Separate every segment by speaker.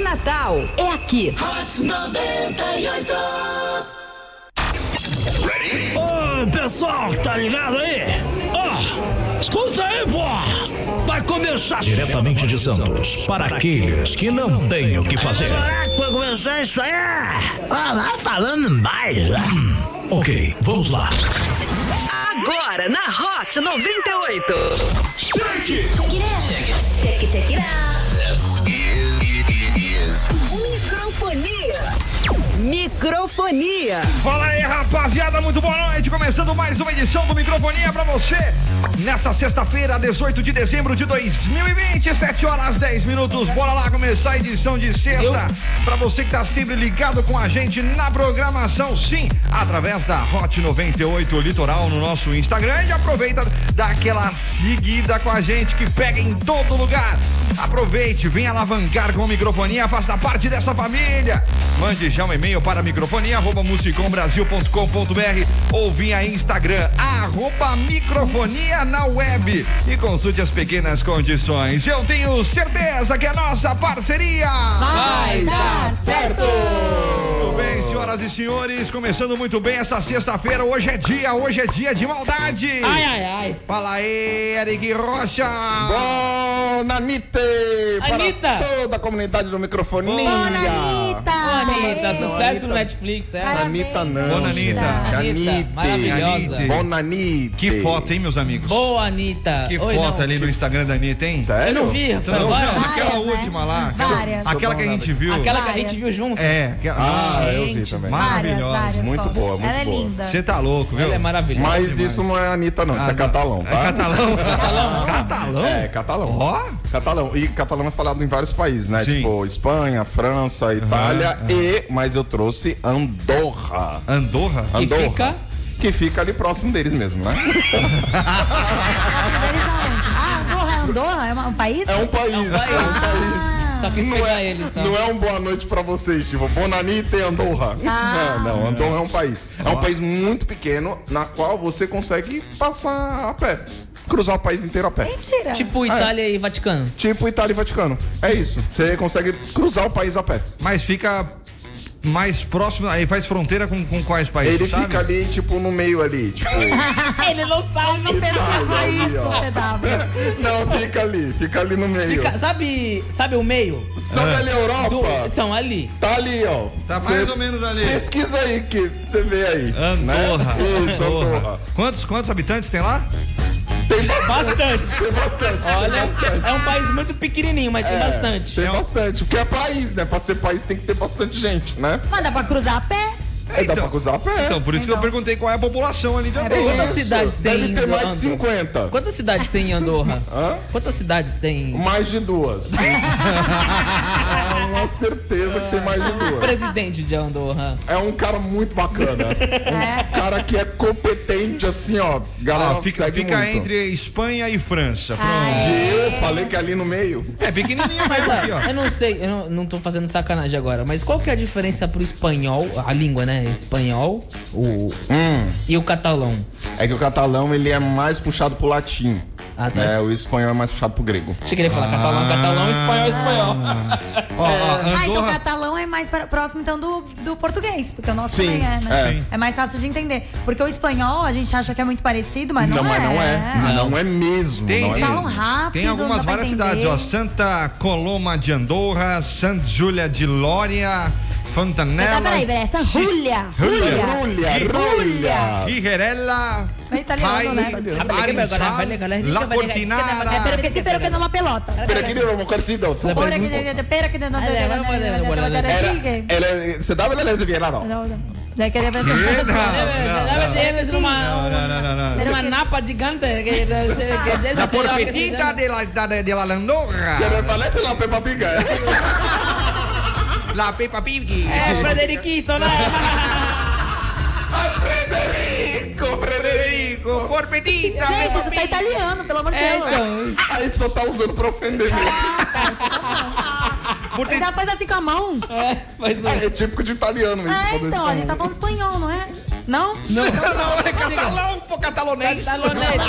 Speaker 1: Natal é aqui.
Speaker 2: Hot 98.
Speaker 3: Ô, pessoal, tá ligado aí? Ó, escuta aí, pô! Vai começar diretamente de Santos, para aqueles que não têm o que fazer.
Speaker 4: Será que vai começar isso aí? Ah, lá falando mais. ah.
Speaker 3: Ok, vamos lá.
Speaker 1: Agora na Hot 98. Microfonia. Microfonia.
Speaker 5: Fala aí, rapaziada, muito boa noite. Começando mais uma edição do Microfonia pra você. Nessa sexta-feira, 18 de dezembro de 2020, 7 horas 10 minutos. Bora lá começar a edição de sexta. Pra você que tá sempre ligado com a gente na programação, sim, através da Hot 98 Litoral no nosso Instagram. E aproveita, dá aquela seguida com a gente que pega em todo lugar. Aproveite, venha alavancar com o Microfonia, faça parte dessa família. Mande já um e-mail para microfonia@musicombrasil.com.br ou via Instagram arroba microfonia na web e consulte as pequenas condições. Eu tenho certeza que a nossa parceria
Speaker 2: Vai dar certo.
Speaker 5: muito bem, senhoras e senhores, começando muito bem essa sexta-feira. Hoje é dia, hoje é dia de maldade.
Speaker 6: Ai, ai, ai.
Speaker 5: Fala aí, Eric Rocha.
Speaker 7: Bom, Nanite!
Speaker 6: Anitta!
Speaker 7: Para toda a comunidade do microfonia!
Speaker 6: Ô, Anitta, sucesso no Netflix, é?
Speaker 7: Nanita não!
Speaker 5: Boa, Nanita.
Speaker 7: gente.
Speaker 6: Anitta,
Speaker 7: Nanite.
Speaker 6: maravilhosa.
Speaker 5: Anitta.
Speaker 7: Bom, Nanite!
Speaker 5: Que foto, hein, meus amigos?
Speaker 6: Boa, Anitta.
Speaker 5: Que
Speaker 6: Oi,
Speaker 5: foto
Speaker 6: não.
Speaker 5: ali no Instagram da Anitta, hein?
Speaker 7: Sério?
Speaker 6: Eu não vi,
Speaker 5: Então, não,
Speaker 6: agora?
Speaker 5: não, aquela
Speaker 8: Várias, né?
Speaker 5: última lá.
Speaker 8: Várias.
Speaker 5: Aquela que a gente viu.
Speaker 6: Aquela que a gente viu junto.
Speaker 5: É, aquela.
Speaker 7: Ah, eu vi
Speaker 6: Gente,
Speaker 7: também.
Speaker 8: Várias,
Speaker 5: maravilhosa.
Speaker 8: várias
Speaker 7: Muito
Speaker 8: fotos.
Speaker 7: boa, muito
Speaker 8: Ela
Speaker 7: boa.
Speaker 8: é linda.
Speaker 5: Você tá louco, viu?
Speaker 6: Ela é maravilhosa.
Speaker 7: Mas isso não é Anitta, não, isso é catalão, tá?
Speaker 5: É catalão? Catalão?
Speaker 7: É, catalão.
Speaker 5: Ó.
Speaker 7: Catalão. E catalão é falado em vários países, né?
Speaker 5: Sim.
Speaker 7: Tipo Espanha, França, Itália e. Mas eu trouxe Andorra.
Speaker 5: Andorra?
Speaker 6: E
Speaker 7: Andorra.
Speaker 6: fica?
Speaker 7: Que fica ali próximo deles mesmo, né?
Speaker 8: Deles aonde? Ah, Andorra é Andorra? É uma- um país?
Speaker 7: É um país. É um
Speaker 6: país. Ah.
Speaker 7: país.
Speaker 6: Só quis
Speaker 7: Não
Speaker 6: pegar
Speaker 7: é,
Speaker 6: ele só.
Speaker 7: não é um boa noite pra vocês, tipo, Bonanita e Andorra.
Speaker 8: Ah.
Speaker 7: Não, não, Andorra é um país. É um país muito pequeno, na qual você consegue passar a pé. Cruzar o país inteiro a pé.
Speaker 8: Mentira.
Speaker 6: Tipo Itália e Vaticano.
Speaker 7: Tipo Itália e Vaticano. É isso. Você consegue cruzar o país a pé.
Speaker 5: Mas fica mais próximo. Aí faz fronteira com, com quais países?
Speaker 7: Ele
Speaker 5: sabe?
Speaker 7: fica ali, tipo, no meio ali. Tipo,
Speaker 6: Ele não sabe, não
Speaker 8: Pesquisa
Speaker 7: ali,
Speaker 8: isso,
Speaker 7: ó.
Speaker 8: CW.
Speaker 7: não, fica ali. Fica ali no meio.
Speaker 6: Fica, sabe, sabe o meio?
Speaker 7: Sabe ali a
Speaker 6: Do,
Speaker 7: Europa?
Speaker 6: então, ali.
Speaker 7: Tá ali, ó.
Speaker 5: É. Tá mais
Speaker 7: Cê
Speaker 5: ou menos ali.
Speaker 7: Pesquisa aí que você vê aí.
Speaker 5: Andorra.
Speaker 7: Né? Isso,
Speaker 5: Andorra.
Speaker 7: Andorra.
Speaker 5: Quantos, quantos habitantes tem lá?
Speaker 7: Tem bastante.
Speaker 6: Bastante.
Speaker 7: Tem bastante.
Speaker 6: Olha,
Speaker 7: tem bastante.
Speaker 6: é um país muito pequenininho, mas
Speaker 5: É.
Speaker 6: tem bastante.
Speaker 5: um
Speaker 7: Tem bastante, porque é país, né? Pra ser país tem que ter bastante gente, né?
Speaker 8: Mas dá pra cruzar a pé?
Speaker 7: É, dá
Speaker 5: Então-
Speaker 7: pra cruzar a pé.
Speaker 5: Então, por isso que eu perguntei qual é a população ali de
Speaker 7: É
Speaker 5: Andorra.
Speaker 6: Quantas
Speaker 7: isso.
Speaker 6: cidades tem
Speaker 7: Deve ter
Speaker 6: em
Speaker 7: mais
Speaker 6: Andorra?
Speaker 7: de 50.
Speaker 6: Quantas cidades tem em Andorra?
Speaker 7: Hã?
Speaker 6: Quantas cidades tem?
Speaker 7: Mais de duas. é uma certeza que tem mais de
Speaker 6: O
Speaker 7: duas.
Speaker 6: presidente de Andorra.
Speaker 7: É um cara muito bacana. Um cara que é competente, assim, ó. Galera,
Speaker 5: Ah, fica
Speaker 7: segue
Speaker 5: fica
Speaker 7: muito.
Speaker 5: entre Espanha e França.
Speaker 8: Ah,
Speaker 7: Eu falei que é ali no meio.
Speaker 5: É pequenininho
Speaker 6: Mas
Speaker 5: mesmo aqui, ó.
Speaker 8: É.
Speaker 6: ó, eu não sei, eu não, não tô fazendo sacanagem agora, mas qual que é a diferença pro espanhol, a língua, né? Espanhol o,
Speaker 5: Hum.
Speaker 6: e o catalão?
Speaker 7: É que o catalão ele é mais puxado pro latim.
Speaker 6: Ah, tá.
Speaker 7: né? O espanhol é mais puxado pro grego.
Speaker 6: Achei que ele ia falar catalão,
Speaker 5: Ah.
Speaker 6: catalão, espanhol, espanhol.
Speaker 5: Ó, ó,
Speaker 8: Ah, então o
Speaker 5: Andorra.
Speaker 8: catalão é mais pra- próximo então do, do português, porque o nosso
Speaker 7: Sim,
Speaker 8: também é,
Speaker 7: é.
Speaker 8: né?
Speaker 7: Sim.
Speaker 8: É. mais fácil de entender. Porque o espanhol a gente acha que é muito parecido,
Speaker 6: Ah,
Speaker 8: mas não,
Speaker 7: não,
Speaker 8: é.
Speaker 7: mas não é. Não,
Speaker 6: Não.
Speaker 7: é mesmo.
Speaker 5: Tem,
Speaker 7: não é
Speaker 5: tem,
Speaker 8: Falam
Speaker 7: mesmo.
Speaker 8: um rápido,
Speaker 5: tem algumas
Speaker 8: dá pra
Speaker 5: várias
Speaker 8: entender.
Speaker 5: cidades, ó. Santa Coloma de Andorra, Santa Júlia de Lória, Fontanella.
Speaker 8: Tá, peraí, peraí, essa Rúlia. Rúlia.
Speaker 7: Rulha, rulha.
Speaker 5: Gigerella.
Speaker 8: É italiano, né?
Speaker 5: Pais,
Speaker 8: É
Speaker 5: Barensá, La Cortinara.
Speaker 8: porque se pero que não la pelota.
Speaker 7: Pero aqui deu uma cortida. tu-
Speaker 8: Ora que de- de- pera que de- de- de-
Speaker 7: Era,
Speaker 8: de- de-
Speaker 7: ela, você dava ela era vieira, não.
Speaker 8: Não, não. Daí que ele- é
Speaker 5: Que?
Speaker 6: É
Speaker 5: Não, não,
Speaker 6: Eles
Speaker 5: não,
Speaker 6: é uma,
Speaker 5: não, não, não, não.
Speaker 6: eles uma napa gigante. que- que- que- que-
Speaker 5: La
Speaker 6: sei lá o que se
Speaker 5: porpetita
Speaker 6: chama.
Speaker 5: de la, da- de, de la Andorra.
Speaker 7: Ela parece lá Peppa Pig. é.
Speaker 5: La Peppa Pig.
Speaker 6: É, Eh, Frederiquito, né?
Speaker 7: Frederico, Frederico.
Speaker 5: Federico, porpetita.
Speaker 8: Gente,
Speaker 5: Peppa
Speaker 8: isso tá
Speaker 5: Pig.
Speaker 8: italiano, pelo amor de
Speaker 6: É,
Speaker 8: Deus.
Speaker 6: então.
Speaker 7: Aí só tá usando pra ofender mesmo.
Speaker 5: Porte-
Speaker 8: Ainda faz assim com a mão.
Speaker 6: É, faz um.
Speaker 7: É típico de italiano isso.
Speaker 8: É,
Speaker 7: quando eles
Speaker 8: então, a
Speaker 7: comem.
Speaker 8: gente tá falando espanhol, não é? Não?
Speaker 5: Não, não, é catalão, pô, catalonês.
Speaker 6: Taloneta.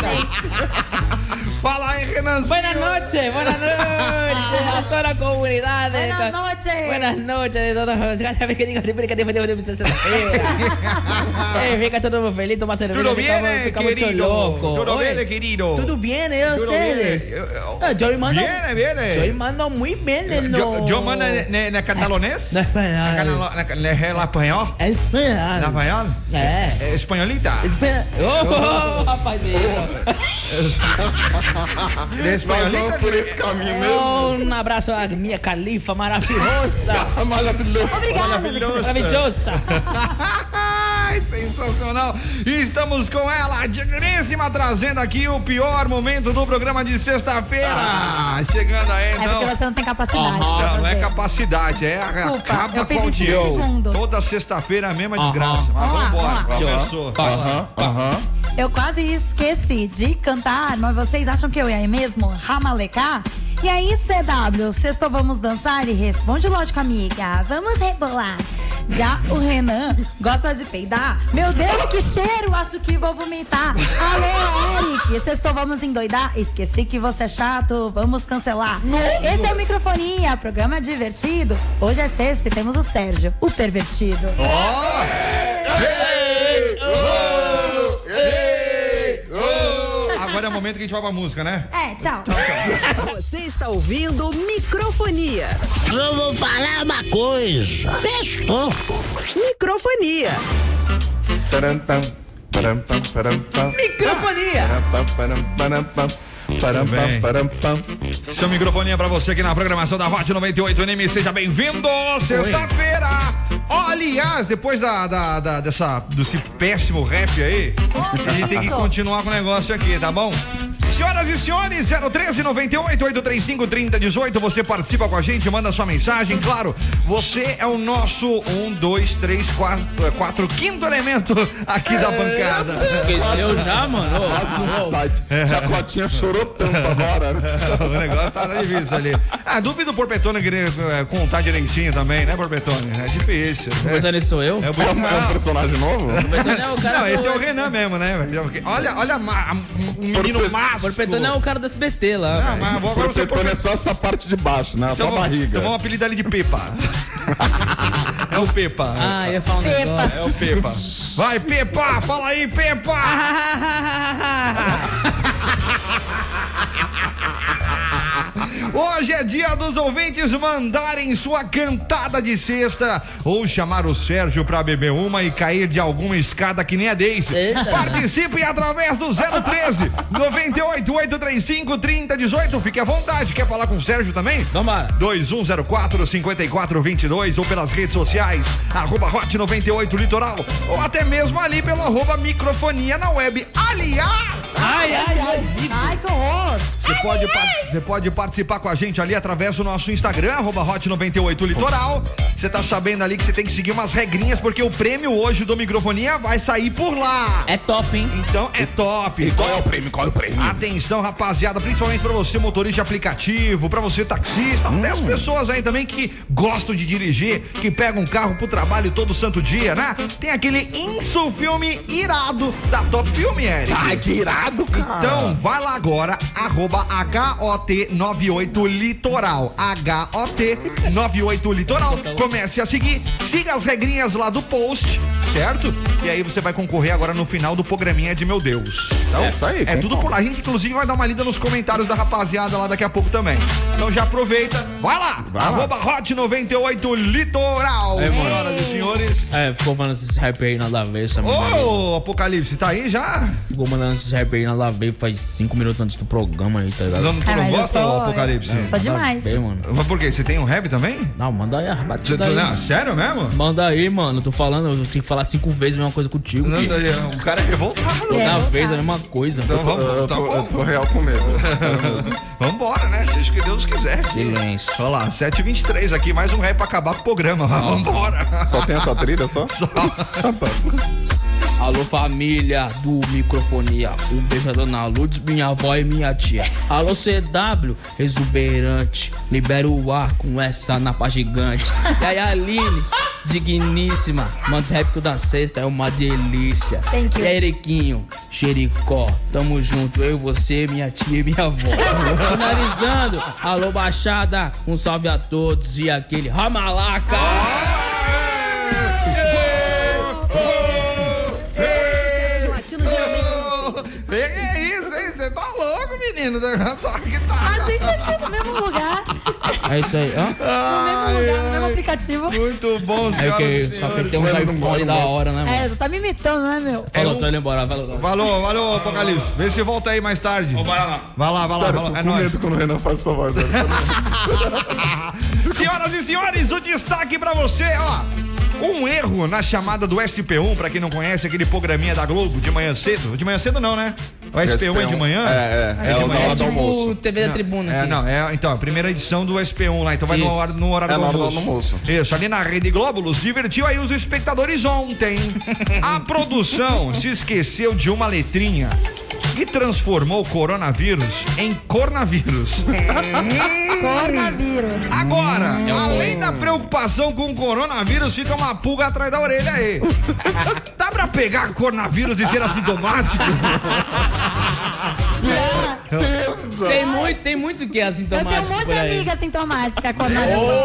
Speaker 5: Fala aí, Renanzinho.
Speaker 6: Buenas noches, buenas noches a toda la comunidad. de
Speaker 8: Buenas
Speaker 6: esta-
Speaker 8: noches.
Speaker 6: Buenas noches de todos. Cada vez que digo siempre que te fue de Eh, Fica todo mundo feliz, toma cerveza.
Speaker 5: Tudo
Speaker 6: ficamos-
Speaker 5: bem,
Speaker 6: ficamos
Speaker 5: querido?
Speaker 6: choloco.
Speaker 5: Tudo
Speaker 6: Oye,
Speaker 5: bem, querido?
Speaker 6: Tudo bien, ¿eh?
Speaker 5: Tudo
Speaker 6: Ustedes.
Speaker 5: bem. Eu- eu-
Speaker 6: Ah, Yo mando.
Speaker 5: eh, Viene, viene.
Speaker 6: Yo mando muy bien, eh,
Speaker 5: Yo,
Speaker 6: no.
Speaker 5: yo manda na, na catalonês?
Speaker 6: Na espanhola.
Speaker 5: espanhol. Na, cana- na, na espanhol?
Speaker 6: Es
Speaker 5: Na
Speaker 6: verdad.
Speaker 5: espanhol?
Speaker 6: É.
Speaker 5: É, Espanholita?
Speaker 6: Espera. Oh, rapaziada.
Speaker 5: É
Speaker 7: Nós vamos
Speaker 5: Espanholita?
Speaker 7: por esse caminho mesmo.
Speaker 6: Um abraço à minha califa maravilhosa.
Speaker 7: Ah, Maravilhoso.
Speaker 5: Maravilhoso.
Speaker 6: Maravilhosa.
Speaker 5: Ai, sensacional. E estamos com ela, a digníssima, trazendo aqui o pior momento do programa de sexta-feira.
Speaker 6: Ah.
Speaker 5: Chegando aí,
Speaker 8: É
Speaker 5: então.
Speaker 8: porque você não tem capacidade. pra
Speaker 5: Não, não é
Speaker 8: fazer.
Speaker 5: capacidade, é
Speaker 8: Desculpa,
Speaker 5: acaba
Speaker 8: eu fiz
Speaker 5: com o
Speaker 8: isso em
Speaker 5: dia.
Speaker 8: segundos.
Speaker 5: Toda sexta-feira a mesma
Speaker 6: Aham.
Speaker 5: desgraça. Mas
Speaker 8: Vamos lá,
Speaker 5: vambora,
Speaker 8: vamos
Speaker 6: lá.
Speaker 5: começou.
Speaker 7: Aham, aham.
Speaker 8: Eu quase esqueci de cantar, mas vocês acham que eu ia mesmo ramalecar? E aí, CW, sextou vamos dançar? E responde lógico, amiga, vamos rebolar. Já o Renan gosta de peidar. Meu Deus, que cheiro! Acho que vou vomitar. Alô, Eric, sextou vamos endoidar? Esqueci que você é chato, vamos cancelar. Esse é o Microfonia, programa divertido. Hoje é sexta e temos o Sérgio, o pervertido.
Speaker 5: Agora é o momento que a gente vai pra música, né?
Speaker 8: É, tchau.
Speaker 1: Você está ouvindo Microfonia.
Speaker 4: Eu vou falar uma coisa. Pestou.
Speaker 1: Microfonia.
Speaker 7: Taram, tam, taram, tam, taram, tam.
Speaker 6: Microfonia.
Speaker 7: Param, pam, param, param, pam. Param, pam, param, pam.
Speaker 5: Seu microfone é pra você aqui na programação da Hot 98 NM. Seja bem-vindo! Sexta-feira! Ó, Aliás, depois da, da, da, dessa, desse péssimo rap aí, a gente tem que continuar com o negócio aqui, tá bom? Senhoras e senhores, 013 98 835 3018, você participa com a gente, manda sua mensagem, claro. Você é o nosso um, dois, três, quatro, eh, quatro quinto elemento aqui da bancada.
Speaker 6: Esqueceu já, mano?
Speaker 7: Quase no um site. Chacotinha chorou tanto agora.
Speaker 5: o negócio tá difícil ali. Ah, duvido o Porpetone querer eh, contar direitinho também, né, Porpetone? É difícil. né?
Speaker 6: Portanto, sou eu?
Speaker 5: É, o
Speaker 7: É um, é um personagem novo?
Speaker 6: Portanto, é o cara
Speaker 5: Não,
Speaker 6: do-
Speaker 5: esse é o Renan mesmo, né? velho? Olha, olha a ma- a- o menino
Speaker 7: Porpetone-
Speaker 5: másculo.
Speaker 6: Portanto, é o cara do SBT lá.
Speaker 5: Ah,
Speaker 6: velho.
Speaker 5: mas agora
Speaker 7: Agora
Speaker 5: você é
Speaker 7: o Tony
Speaker 5: Porpetone.
Speaker 7: é só essa parte de baixo, né? Só a
Speaker 5: Então vamos-
Speaker 7: barriga.
Speaker 5: então vamos apelidar ele de Pepa. é o Pepa.
Speaker 6: Ah, ia falar um negócio.
Speaker 5: É o Pepa. Vai, Pepa! Fala aí, Pepa! Hoje é dia dos ouvintes mandarem sua cantada de sexta ou chamar o Sérgio pra beber uma e cair de alguma escada que nem a Daisy.
Speaker 6: Eita.
Speaker 5: Participe através do 013 98835 3018. Fique à vontade. Quer falar com o Sérgio também?
Speaker 6: Vambora.
Speaker 5: 2104 5422 ou pelas redes sociais, arroba Hot 98 Litoral, ou até mesmo ali pelo arroba microfonia na web. Aliás,
Speaker 6: Ai, ai, ai.
Speaker 8: Ai, que horror!
Speaker 5: você pode, par- você pode participar com a gente ali através do nosso Instagram, arroba Hot 98 Litoral. Você tá sabendo ali que você tem que seguir umas regrinhas, porque o prêmio hoje do microfonia vai sair por lá.
Speaker 6: É top, hein?
Speaker 5: Então é top.
Speaker 7: E qual é o prêmio? Qual é o prêmio?
Speaker 5: Atenção, rapaziada, principalmente pra você, motorista de aplicativo, pra você, taxista, até as pessoas aí também que gostam de dirigir, que pegam um carro pro trabalho todo santo dia, né? Tem aquele Insul Filme irado da Top Filme, Eric.
Speaker 7: Ai, tá, é que irado, cara.
Speaker 5: Então, vai lá agora, arroba HOT98 Litoral. HOT98 Litoral. Comece a seguir, siga as regrinhas lá do post, certo? E aí você vai concorrer agora no final do programinha de Meu Deus. Então,
Speaker 7: É isso aí,
Speaker 5: É tudo por lá. A gente, inclusive, vai dar uma lida nos comentários da rapaziada lá daqui a pouco também. Então já aproveita, vai lá,
Speaker 7: Vai lá.
Speaker 5: arroba HOT98 Litoral.
Speaker 6: É, mano.
Speaker 5: Senhoras e senhores.
Speaker 6: É, ficou falando esses rap aí na laveza, mano.
Speaker 5: Ô, Apocalipse, tá aí já?
Speaker 6: Ficou mandando esses rap aí na laveza faz 5 minutos antes do programa aí, tá
Speaker 5: Tu
Speaker 6: ligado?
Speaker 5: não, tu não
Speaker 8: Caralho, eu
Speaker 5: gosta,
Speaker 8: sou- é.
Speaker 5: Apocalipse?
Speaker 8: eu sou
Speaker 6: Nada a
Speaker 8: demais.
Speaker 6: ver, mano.
Speaker 5: Mas por quê? Você tem um rap também?
Speaker 6: Não, manda aí a
Speaker 5: Tu- tu-
Speaker 6: batida aí.
Speaker 5: não, é assim?
Speaker 6: mano.
Speaker 5: sério mesmo?
Speaker 6: Manda aí, mano. Tô falando, eu tenho que falar cinco vezes a mesma coisa contigo.
Speaker 5: Não,
Speaker 6: filho.
Speaker 5: não, O cara é revoltado.
Speaker 6: Toda vez a mesma coisa.
Speaker 5: Então
Speaker 7: Eu
Speaker 5: vamos, tá
Speaker 7: tô, eu tô
Speaker 5: bom.
Speaker 7: real com medo. sério mesmo.
Speaker 5: Vambora, né? Seja o que Deus quiser. filho.
Speaker 6: Silêncio.
Speaker 5: Olha lá, 7h23 aqui, mais um rap pra acabar com o programa. Mas Vambora.
Speaker 7: Só tem essa trilha só?
Speaker 6: Alô, família do Microfonia. Um beijo a dona Lourdes, minha avó e minha tia. Alô, CW, exuberante. Libera o ar com essa napa gigante. E aí, Aline, digníssima. Manda os rap toda sexta, é uma delícia.
Speaker 8: Thank you.
Speaker 6: E aí, Eriquinho, Xericó, tamo junto, eu, você, minha tia e minha avó. Finalizando, alô Baixada, um salve a todos e aquele Ramalaca.
Speaker 1: Sucessos latinos geralmente são.
Speaker 5: Que é isso, hein? Você tá louco, menino. Só que
Speaker 8: A
Speaker 5: tá.
Speaker 8: gente é aqui no mesmo lugar,
Speaker 6: É isso aí, ó.
Speaker 8: no mesmo lugar, no mesmo aplicativo.
Speaker 5: Muito bom,
Speaker 6: É
Speaker 5: senhoras
Speaker 6: que
Speaker 5: e
Speaker 6: só que
Speaker 5: senhores.
Speaker 6: tem um iPhone da hora, né, mano?
Speaker 8: É, tu tá me imitando, né, meu?
Speaker 6: Falou, tô indo embora, falou. falou.
Speaker 5: Valeu, valeu, Apocalipse. Vê se volta aí mais tarde. Vai
Speaker 6: Bora lá.
Speaker 5: lá, vai lá,
Speaker 7: Sério,
Speaker 5: vai lá. É
Speaker 7: eu
Speaker 5: nóis.
Speaker 7: fico com medo quando o Renan faz essa voz. velho.
Speaker 5: Senhoras e senhores, o destaque pra você, ó. Um erro na chamada do SP1, pra quem não conhece, aquele programinha da Globo de manhã cedo. De manhã cedo não, né? O SP1, é de manhã?
Speaker 7: É, é. É,
Speaker 5: de
Speaker 7: o da
Speaker 5: manhã.
Speaker 7: hora do
Speaker 6: tipo, O
Speaker 7: almoço.
Speaker 6: TV da Tribuna
Speaker 5: É,
Speaker 6: aqui.
Speaker 5: não, é, então, a primeira edição do SP1 lá, então vai no
Speaker 6: Isso.
Speaker 5: horário, no horário
Speaker 7: É,
Speaker 5: do
Speaker 7: na hora do
Speaker 5: almoço.
Speaker 7: almoço.
Speaker 5: Isso, ali na Rede Glóbulos, divertiu aí os espectadores ontem. a produção se esqueceu de uma letrinha e transformou coronavírus em cornavírus.
Speaker 8: Coronavírus.
Speaker 5: Agora,
Speaker 7: Hum.
Speaker 5: além da preocupação com o coronavírus, fica uma pulga atrás da orelha aí. Dá pra pegar coronavírus e ser assintomático?
Speaker 6: Tem muito, tem muito que é
Speaker 8: Eu
Speaker 6: assintomático
Speaker 8: tenho um monte
Speaker 6: por
Speaker 8: de
Speaker 6: aí.
Speaker 8: amiga sintomática, coronavírus.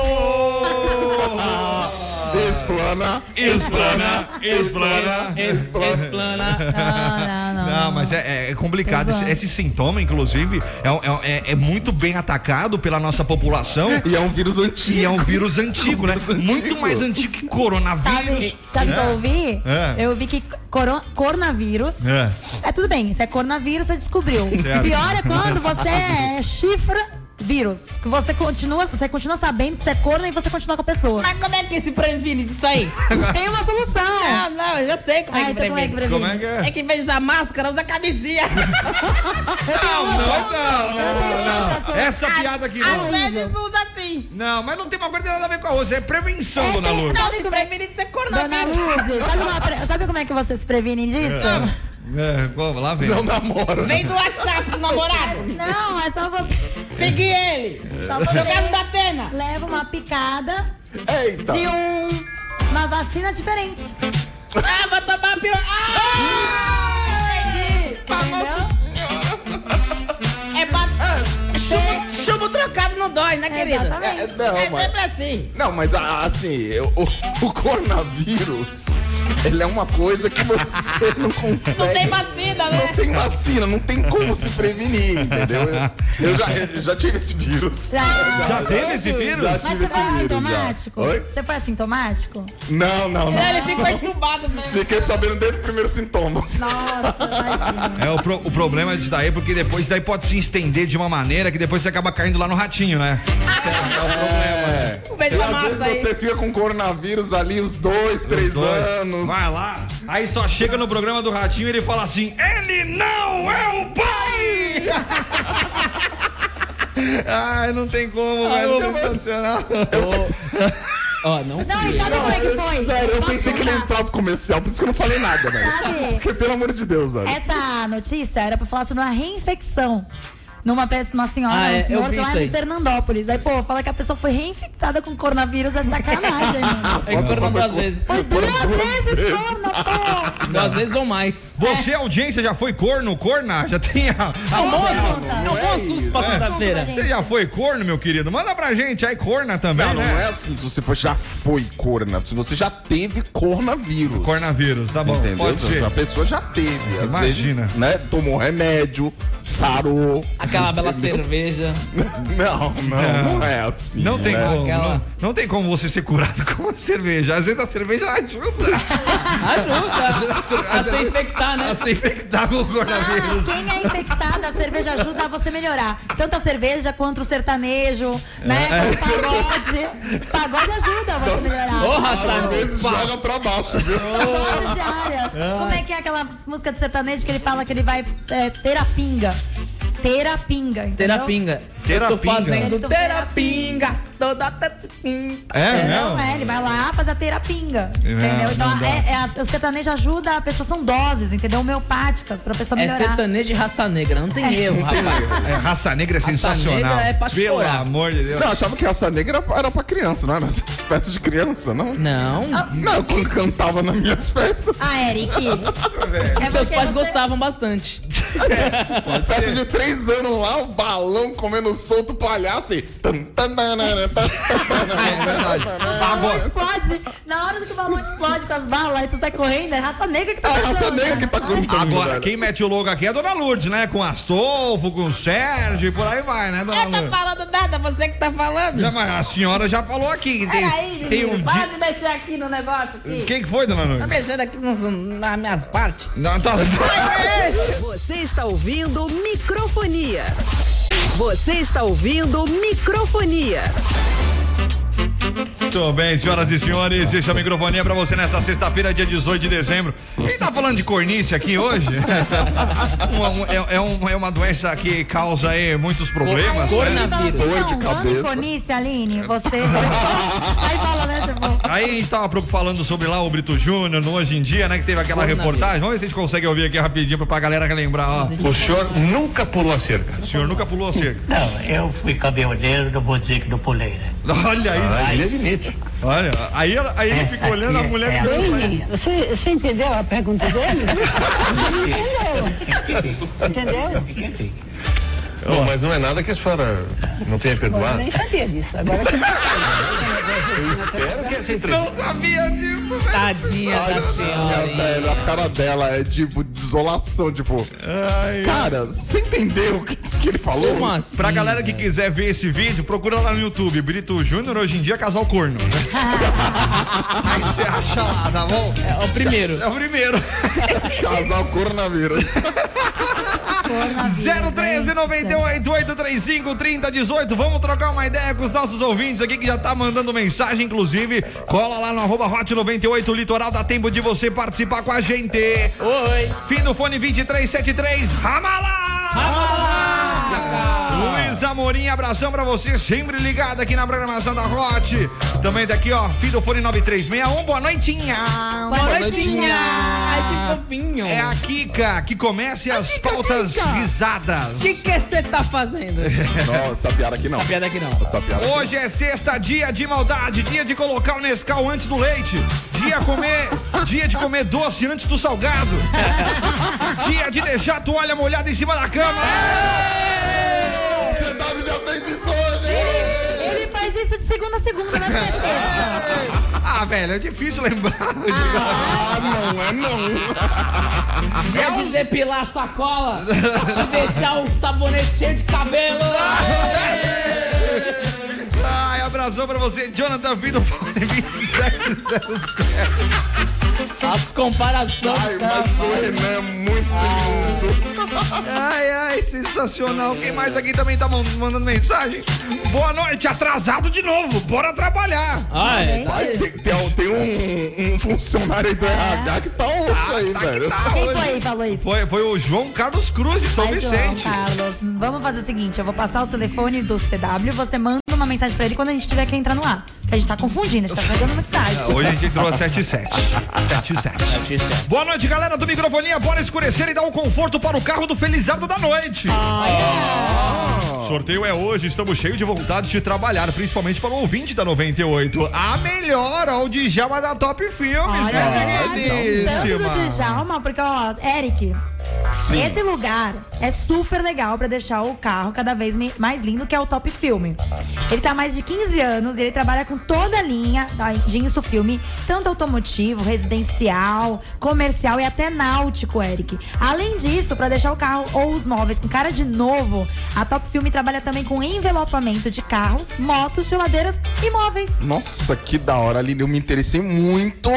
Speaker 7: Explana.
Speaker 5: Explana, explana.
Speaker 6: Es- Explana.
Speaker 8: Não, não, não.
Speaker 5: Não, mas é, é- é complicado. Esse,
Speaker 8: Exato.
Speaker 5: esse sintoma, inclusive, é, um- é um- é- é muito bem atacado pela nossa população.
Speaker 7: E é um vírus antigo.
Speaker 5: E é um vírus antigo, né?
Speaker 7: Vírus antigo.
Speaker 5: Muito mais antigo que coronavírus.
Speaker 8: Sabe, sabe o que eu ouvi?
Speaker 5: É.
Speaker 8: Eu vi que coro- coronavírus.
Speaker 5: É.
Speaker 8: É. tudo bem, se é coronavírus, você descobriu.
Speaker 5: Certo.
Speaker 8: O pior é quando você é chifra vírus. Que você continua, você continua sabendo que você é corna e você continua com a pessoa.
Speaker 2: Mas como é que se previne disso aí?
Speaker 8: Tem uma solução.
Speaker 2: Não, Ah, não, eu já sei como é
Speaker 8: Ai,
Speaker 2: que
Speaker 8: então como é que
Speaker 2: previne.
Speaker 8: previne?
Speaker 5: Como é que é?
Speaker 2: É que em vez de usar máscara, usa camisinha.
Speaker 5: Não, não, não, não, não. Essa
Speaker 2: Às-
Speaker 5: piada aqui
Speaker 2: Às
Speaker 5: não.
Speaker 2: vezes usa assim.
Speaker 5: Não, mas não tem uma coisa que tem nada a ver com a outra. É prevenção,
Speaker 8: É,
Speaker 5: dona
Speaker 8: tem-
Speaker 5: Lourdes.
Speaker 2: Não, se previne de ser
Speaker 8: Dona
Speaker 2: coronavírus.
Speaker 8: Lourdes, sabe, uma pre- sabe como é que vocês se previnem disso?
Speaker 5: É, pô, lá vem.
Speaker 7: Não namora. né?
Speaker 2: Vem do WhatsApp do namorado.
Speaker 8: Não, é só você.
Speaker 2: Seguir ele.
Speaker 8: Só você
Speaker 2: Jogar no da Atena.
Speaker 8: leva uma picada
Speaker 7: Eita.
Speaker 8: de um, uma vacina diferente.
Speaker 2: Ah, vai tomar piro. Ah, entendi.
Speaker 8: Entendeu?
Speaker 2: É pra... Chumbo, chumbo trocado não dói, né, querida?
Speaker 7: É,
Speaker 8: Exatamente.
Speaker 7: não,
Speaker 2: É
Speaker 7: mas...
Speaker 2: sempre assim.
Speaker 7: Não, mas a- assim, eu- o, o coronavírus, ele é uma coisa que você não consegue.
Speaker 2: Não tem vacina,
Speaker 7: Não
Speaker 2: né?
Speaker 7: tem vacina, não tem como se prevenir, entendeu? Eu já, eu já tive esse vírus.
Speaker 8: Já.
Speaker 5: Já teve esse vírus?
Speaker 7: Já
Speaker 8: Mas
Speaker 7: tive
Speaker 8: você
Speaker 7: esse
Speaker 8: foi
Speaker 7: vírus.
Speaker 8: assintomático?
Speaker 7: Já. Oi?
Speaker 8: Você foi assintomático?
Speaker 7: Não, não, não.
Speaker 2: Ele fica entubado mesmo.
Speaker 7: Fiquei sabendo desde os primeiros sintomas.
Speaker 8: Nossa, imagina.
Speaker 5: É, o, pro- o problema disso daí é porque depois isso daí pode se estender de uma maneira que depois você acaba caindo lá no ratinho, né?
Speaker 7: É.
Speaker 2: Vem de
Speaker 7: E
Speaker 2: uma
Speaker 7: às
Speaker 2: massa
Speaker 7: vezes
Speaker 2: aí.
Speaker 7: você fica com coronavírus ali uns dois, três
Speaker 5: Dois.
Speaker 7: anos.
Speaker 5: Vai lá. Aí só chega no programa do Ratinho e ele fala assim: Ele não é o pai! Ai, não tem como, velho.
Speaker 6: eu-
Speaker 5: Sensacional.
Speaker 6: Ó, não.
Speaker 8: Não, e sabe como é que foi?
Speaker 7: Sério, eu
Speaker 8: Posso
Speaker 7: pensei que ele ia
Speaker 8: contar?
Speaker 7: entrar pro comercial, por isso que eu não falei nada, velho.
Speaker 8: Sabe? É
Speaker 7: Porque, pelo amor de Deus, velho.
Speaker 8: Essa notícia era pra falar sobre uma reinfecção. Numa, peça, numa senhora,
Speaker 6: Ah, é,
Speaker 8: um
Speaker 6: eu
Speaker 8: senhor,
Speaker 6: vi
Speaker 8: sei lá,
Speaker 6: isso aí.
Speaker 8: em Fernandópolis. Aí, pô, fala que a pessoa foi reinfectada com coronavírus, é sacanagem, mano.
Speaker 6: É que foram duas vezes.
Speaker 8: Foi duas vezes corno, pô!
Speaker 6: Duas vezes ou mais.
Speaker 5: Você, audiência, já foi corno, corna? Já tem a. a
Speaker 6: Almoço!
Speaker 8: não,
Speaker 6: É um bom susto pra sexta-feira.
Speaker 8: Assunto pra
Speaker 5: você já foi corno, meu querido? Manda pra gente aí, corna também,
Speaker 7: Não, não
Speaker 5: né?
Speaker 7: é assim. Se você for, já foi corona, se você já teve coronavírus.
Speaker 5: Cornavírus, tá bom.
Speaker 7: Entendeu? Então,
Speaker 5: Pode ser.
Speaker 7: A pessoa já teve. Às
Speaker 5: Imagina.
Speaker 7: vezes, né? Tomou remédio, sarou.
Speaker 6: Aquela bela cerveja.
Speaker 7: Não, não, não é assim.
Speaker 5: Não tem
Speaker 7: né?
Speaker 5: como,
Speaker 6: Aquela-
Speaker 5: não, não tem como você ser curado com uma cerveja. Às vezes a cerveja ajuda
Speaker 8: Ah,
Speaker 6: Ah, Ajuda a se infectar, né?
Speaker 5: a se infectar com o
Speaker 8: Ah,
Speaker 5: coronavírus.
Speaker 8: quem é infectado, a cerveja ajuda a você melhorar. Tanto a cerveja quanto o sertanejo, né? O pagode. Pagode ajuda a você melhorar.
Speaker 6: Ô,
Speaker 7: Às
Speaker 6: Rassar.
Speaker 7: vezes joga pra baixo, viu?
Speaker 8: Todas diárias. Como é que é aquela música de sertanejo que ele fala que ele vai é, terapinga? Terapinga, entendeu?
Speaker 6: Terapinga.
Speaker 5: Terapinga.
Speaker 6: Eu tô fazendo
Speaker 8: Muito bem.
Speaker 6: terapinga, toda terapinga.
Speaker 5: É,
Speaker 8: É,
Speaker 5: é,
Speaker 8: não, é, ele vai lá fazer a terapinga.
Speaker 5: É,
Speaker 8: entendeu? Então,
Speaker 5: não dá.
Speaker 8: é, é a- o sertanejo ajuda a pessoa, são doses, entendeu? Homeopáticas, pra pessoa
Speaker 6: É
Speaker 8: melhorar.
Speaker 6: sertanejo de raça negra, não tem erro, rapaz.
Speaker 5: É, Raça Negra é sensacional.
Speaker 6: Negra é pra
Speaker 5: Pelo
Speaker 6: chorar.
Speaker 5: amor de Deus.
Speaker 7: Não, eu achava que essa negra era pra criança, não era festa de criança, não?
Speaker 6: Não.
Speaker 7: Não, quando cantava nas minhas festas.
Speaker 8: Ah, Eric. é
Speaker 6: Seus
Speaker 8: porque
Speaker 6: pais
Speaker 8: você-
Speaker 6: gostavam bastante.
Speaker 7: Festa de três anos lá, o balão comendo solto palhaço e. tan, tan, tan, tan, tan, tan, tan.
Speaker 5: É verdade.
Speaker 8: O balão
Speaker 5: Agora,
Speaker 8: explode. Na hora que o balão explode com as balas, aí tu sai correndo, é raça negra que tá
Speaker 7: É a raça
Speaker 8: cantando.
Speaker 7: negra que tá cantando.
Speaker 5: agora,
Speaker 7: velho.
Speaker 5: quem mete o logo aqui é a Dona Lourdes, né? Com Astolfo, com Sérgio e por aí vai, né, Dona
Speaker 2: Eu tô
Speaker 5: Lourdes?
Speaker 2: tá falando nada, você que tá falando.
Speaker 5: Já, mas a senhora já falou aqui. que Tem,
Speaker 2: Peraí,
Speaker 5: tem
Speaker 2: menino,
Speaker 5: um
Speaker 2: para
Speaker 5: dia...
Speaker 2: de mexer aqui no negócio aqui.
Speaker 5: Quem que foi, Dona
Speaker 2: Tá
Speaker 5: Lourdes?
Speaker 2: mexendo aqui nos, nas minhas partes.
Speaker 5: Não, tá...
Speaker 1: Você está ouvindo microfonia. Você está ouvindo microfonia.
Speaker 5: Muito bem, senhoras e senhores, esse é o microfonia pra você nessa sexta-feira, dia 18 de dezembro. Quem tá falando de cornice aqui hoje? Um- um- é, é um- é uma doença que causa aí muitos problemas.
Speaker 6: Cor-
Speaker 5: né?
Speaker 8: Aí fala assim,
Speaker 6: Dor
Speaker 7: de
Speaker 8: não,
Speaker 7: cabeça.
Speaker 8: Mano, conice, Aline, você. aí fala, né, tipo.
Speaker 5: Aí a gente tava preocup- falando sobre lá o Brito Júnior, no Hoje em Dia, né? Que teve aquela
Speaker 6: Coronavírus.
Speaker 5: reportagem. Vamos ver se a gente consegue ouvir aqui rapidinho pra- pra galera relembrar, ó.
Speaker 9: O senhor nunca pulou a cerca?
Speaker 5: O senhor nunca pulou a cerca.
Speaker 9: Não, eu fui caminhoneiro, não vou dizer que não pulei, né?
Speaker 5: Olha aí,
Speaker 9: Aí é admite.
Speaker 5: olha. Aí, ela- aí ele fica olhando a mulher olhando pra ele.
Speaker 10: Você, você entendeu a pergunta dele? entendeu? Entendeu?
Speaker 9: Não, mas não é nada que a senhora não é tenha
Speaker 10: Eu
Speaker 9: perdoado.
Speaker 10: nem sabia disso. Agora que
Speaker 9: Espero que essa entrevista.
Speaker 5: Não sabia disso, velho.
Speaker 6: Tadinha da
Speaker 7: Ela-
Speaker 6: senhora. hein?
Speaker 7: ela- É, A cara dela é tipo desolação, tipo.
Speaker 5: Ai.
Speaker 7: Cara, você entendeu o que, que ele falou?
Speaker 6: Como assim?
Speaker 5: Pra galera que quiser ver esse vídeo, procura lá no YouTube. Brito Júnior, hoje em dia, casal corno. Aí você acha lá, tá bom?
Speaker 6: É o primeiro.
Speaker 5: É o primeiro.
Speaker 7: Casal coronavírus.
Speaker 5: 013 98 835 3018. Vamos trocar uma ideia com os nossos ouvintes aqui que já tá mandando mensagem, inclusive. Cola lá no arroba Hot 98 Litoral, dá tempo de você participar com a gente.
Speaker 6: Oi.
Speaker 5: Fim do fone 2373, Ramalá! Luiz Amorim, abração pra você, sempre ligado aqui na programação da Hot. Também daqui, ó, fim do fone 9361, boa noitinha!
Speaker 8: Boa
Speaker 6: Noitinha. Ai, que fofinho.
Speaker 5: É a Kika que comece as pautas risadas.
Speaker 6: O que que você tá fazendo?
Speaker 7: Não, essa piada aqui não.
Speaker 6: Essa piada aqui não.
Speaker 7: Essa piada aqui.
Speaker 5: Hoje é sexta, dia de maldade, dia de colocar o Nescau antes do leite, dia comer, dia de comer doce antes do salgado, dia de deixar a toalha molhada em cima da cama.
Speaker 7: O CW tá, já fez isso hoje!
Speaker 8: Ele faz isso de segunda a segunda, né? porque é sexta.
Speaker 5: Ah, velho, é difícil lembrar.
Speaker 7: Ah, não, é não.
Speaker 6: É de depilar a sacola e deixar o sabonete cheio de cabelo.
Speaker 5: Ai, abração pra você, Jonathan Vido Fone 2707.
Speaker 6: As comparações.
Speaker 7: Ai,
Speaker 6: cara.
Speaker 7: mas o Renan é
Speaker 8: Ah.
Speaker 7: muito lindo.
Speaker 5: Ai, ai, sensacional. Quem mais aqui também tá man- mandando mensagem? Boa noite, atrasado de novo. Bora trabalhar.
Speaker 6: Ai,
Speaker 7: Ai, tem, tem um- tem um, um funcionário aí do
Speaker 8: Ah.
Speaker 7: RH que tá osso aí,
Speaker 5: Tá que
Speaker 7: velho.
Speaker 5: tá
Speaker 8: Quem
Speaker 5: hoje.
Speaker 8: foi aí, falou isso?
Speaker 5: Foi, foi o João Carlos Cruz de São
Speaker 8: Ai, João tá.
Speaker 5: Vicente.
Speaker 8: Carlos, vamos fazer o seguinte: eu vou passar o telefone do CW, você manda uma mensagem pra ele quando a gente tiver que entrar no ar. Porque a gente tá confundindo, a gente tá fazendo muito tarde.
Speaker 5: Hoje a gente entrou a 7 e 7. 7 e 7. Boa noite, galera do Microfonia. Bora escurecer e dar um conforto para o carro do Felizardo da noite.
Speaker 8: Ah,
Speaker 5: Sorteio é hoje, estamos cheios de vontade de trabalhar, principalmente para o ouvinte da 98. A melhor, ó, o Djalma da Top Filmes,
Speaker 8: Olha,
Speaker 5: né,
Speaker 8: verdade, tanto
Speaker 5: queridíssima?
Speaker 8: do Djalma, porque, ó, Eric, esse lugar é super legal pra deixar o carro cada vez me- mais lindo, que é o Top Filme. Ele tá há mais de 15 anos e ele trabalha com toda a linha da- de Inso Filme, tanto automotivo, residencial, comercial e até náutico, Eric. Além disso, pra deixar o carro ou os móveis com cara de novo, a Top Filme trabalha também com envelopamento de carros, motos, geladeiras e móveis.
Speaker 7: Nossa, que da hora, Aline. Eu me interessei muito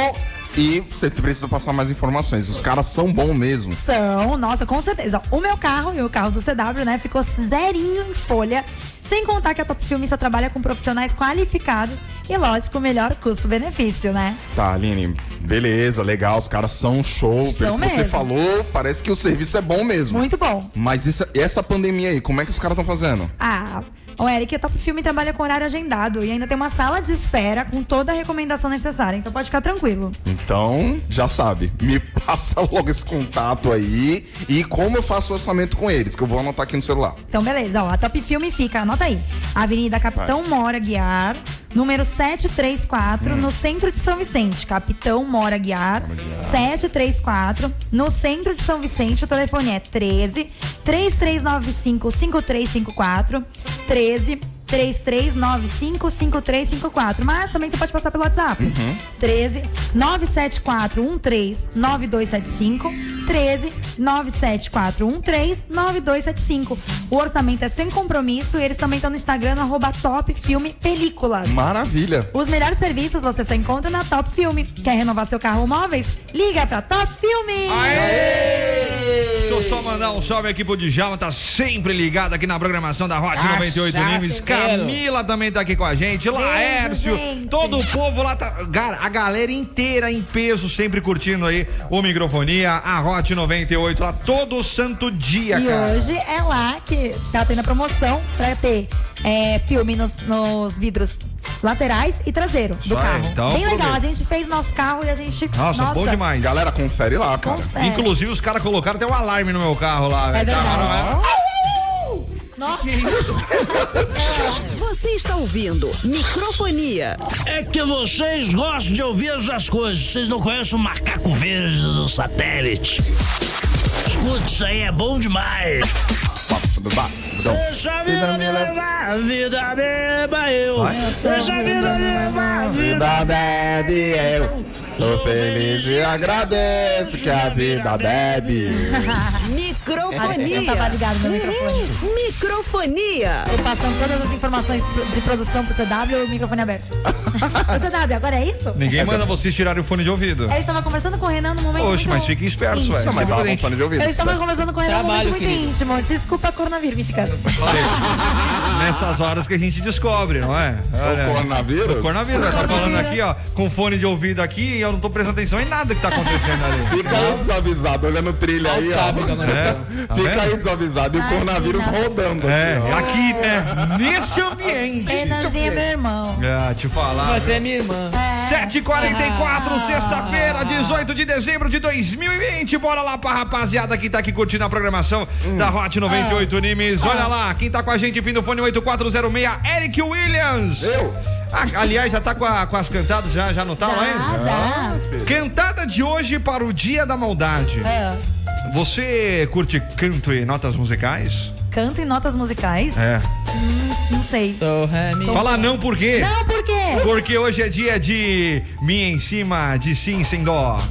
Speaker 7: e você precisa passar mais informações. Os caras são bons mesmo.
Speaker 8: São, nossa, com certeza. O meu carro e o carro do CW, né, ficou zerinho em folha. Sem contar que a Top Filme só trabalha com profissionais qualificados E lógico, o melhor custo-benefício, né?
Speaker 7: Tá, Aline, beleza, legal, os caras são show.
Speaker 8: São
Speaker 7: Pelo que você
Speaker 8: mesmo.
Speaker 7: falou, parece que o serviço é bom mesmo.
Speaker 8: Muito bom.
Speaker 7: Mas isso- e essa pandemia aí, como é que os caras estão fazendo?
Speaker 8: Ah, o Eric é top filme e trabalha com horário agendado. E ainda tem uma sala de espera com toda a recomendação necessária. Então pode ficar tranquilo.
Speaker 7: Então, já sabe, me passa logo esse contato aí e como eu faço o orçamento com eles, que eu vou anotar aqui no celular.
Speaker 8: Então, beleza, ó. A Top Filme fica, anota aí. Avenida Capitão
Speaker 7: Vai.
Speaker 8: Mora Guiar, número 734, no centro de São Vicente. Capitão Mora Guiar, 734, no centro de São Vicente. O telefone é 13 3395 5354 13 3395 5354. Mas também você pode passar pelo WhatsApp. 13 97413 9275 13 97413 9275. O orçamento é sem compromisso e eles também estão no Instagram no arroba Top Filme Películas.
Speaker 7: Maravilha!
Speaker 8: Os melhores serviços você só encontra na Top Filme. Quer renovar seu carro ou móveis? Liga pra Top Filme!
Speaker 5: Deixa eu só mandar um salve aqui pro Djalma, tá sempre ligado aqui na programação da Hot 98
Speaker 11: Cachaceiro.
Speaker 5: Nimes. Camila também tá aqui com a gente, Laércio,
Speaker 11: gente.
Speaker 5: todo o povo lá, tá, Cara, a galera inteira em peso, sempre curtindo aí o Microfonia, a Hot 98 lá todo santo dia,
Speaker 8: E
Speaker 5: cara.
Speaker 8: hoje é lá que tá tendo a promoção pra ter é, filme nos, nos vidros laterais e traseiro
Speaker 7: Isso
Speaker 8: do
Speaker 7: aí,
Speaker 8: carro.
Speaker 7: então
Speaker 8: Bem legal, a
Speaker 7: aproveita.
Speaker 8: gente fez nosso carro e a gente.
Speaker 7: Galera, confere lá, cara.
Speaker 8: É.
Speaker 5: Inclusive, os caras colocaram até um alarme no meu carro lá, velho. Tá,
Speaker 1: verdade.
Speaker 5: mano, é-
Speaker 1: Nossa! Você está ouvindo Microfonia.
Speaker 3: É que vocês gostam de ouvir essas coisas. Vocês não conhecem o macaco verde do satélite. Escute, isso aí é bom demais. Deixa a vida me levar, a vida beba eu. Deixa a vida me levar, a vida
Speaker 7: Vida bebe eu. Tô feliz e agradeço que a vida bebe.
Speaker 1: Microfonia.
Speaker 8: Eu tava ligado no microfone.
Speaker 1: Microfonia.
Speaker 8: Tô passando todas as informações pro- de produção pro CW e o microfone aberto. o CW, agora é isso?
Speaker 5: Ninguém manda vocês tirarem o fone de ouvido.
Speaker 8: Eu estava conversando com o Renan no momento.
Speaker 5: Oxe,
Speaker 8: muito-
Speaker 5: mas fiquem espertos,
Speaker 8: íntimo.
Speaker 5: velho.
Speaker 8: Não, mas
Speaker 5: Sempre
Speaker 8: tava
Speaker 5: tem-
Speaker 8: Eu estava conversando com o Renan no momento
Speaker 5: Trabalho,
Speaker 8: muito
Speaker 5: querido.
Speaker 8: íntimo. Desculpa a coronavírus, mexicano.
Speaker 5: Nessas horas que a gente descobre, não é?
Speaker 7: O coronavírus?
Speaker 5: O coronavírus. Tá falando aqui, ó, com fone de ouvido aqui e eu não tô prestando atenção em nada que tá acontecendo ali.
Speaker 7: Fica aí desavisado, olhando trilha
Speaker 5: Mal
Speaker 7: aí, ó.
Speaker 5: sabe o que aconteceu. Tá
Speaker 7: Fica
Speaker 5: vendo?
Speaker 7: aí desavisado e o
Speaker 8: Imagina.
Speaker 7: coronavírus rodando.
Speaker 5: É, aqui, né?
Speaker 7: Neste
Speaker 5: ambiente.
Speaker 8: Renanzinho é meu irmão.
Speaker 5: Ah, te falar.
Speaker 6: Você é minha irmã.
Speaker 5: 7h44, sexta-feira, 18 de dezembro de 2020. Bora lá pra rapaziada que tá aqui curtindo a programação
Speaker 7: Hum.
Speaker 5: da Hot 98 Nimes. Olha lá, quem tá com a gente vindo do fone 8406, Eric Williams. Eu? aliás, já tá com, a- com as cantadas, já, já não tá lá ainda?
Speaker 8: É, já.
Speaker 5: Cantada de hoje para o Dia da Maldade.
Speaker 8: É.
Speaker 5: Você curte canto e notas musicais?
Speaker 8: Canto em notas musicais?
Speaker 5: É.
Speaker 8: Hum, não sei.
Speaker 5: Fala não por quê?
Speaker 8: Não, por quê?
Speaker 5: Porque hoje é dia de minha em cima de sim sem dó.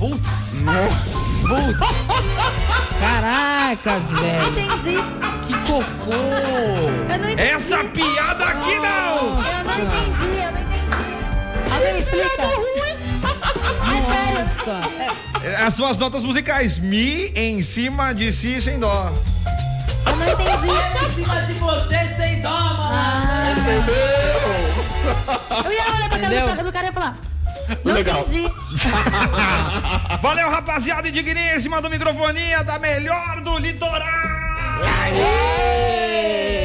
Speaker 5: Putz. Nossa.
Speaker 6: Caracas,
Speaker 8: É.
Speaker 6: velho.
Speaker 8: Entendi.
Speaker 6: Que cocô. Eu
Speaker 8: não
Speaker 5: Essa piada aqui não.
Speaker 8: Eu não entendi, eu não entendi. Alguém me explica? É sério.
Speaker 5: As suas notas musicais. Mi em cima de si sem dó.
Speaker 8: Eu não
Speaker 6: entendi. Em cima de você sem dó, malandro.
Speaker 8: Ah. Eu ia olhar pra
Speaker 5: Entendeu?
Speaker 8: cara do- do cara e ia falar. Não
Speaker 5: Legal.
Speaker 8: entendi.
Speaker 5: Valeu, rapaziada indigníssima do microfonia da melhor do litoral.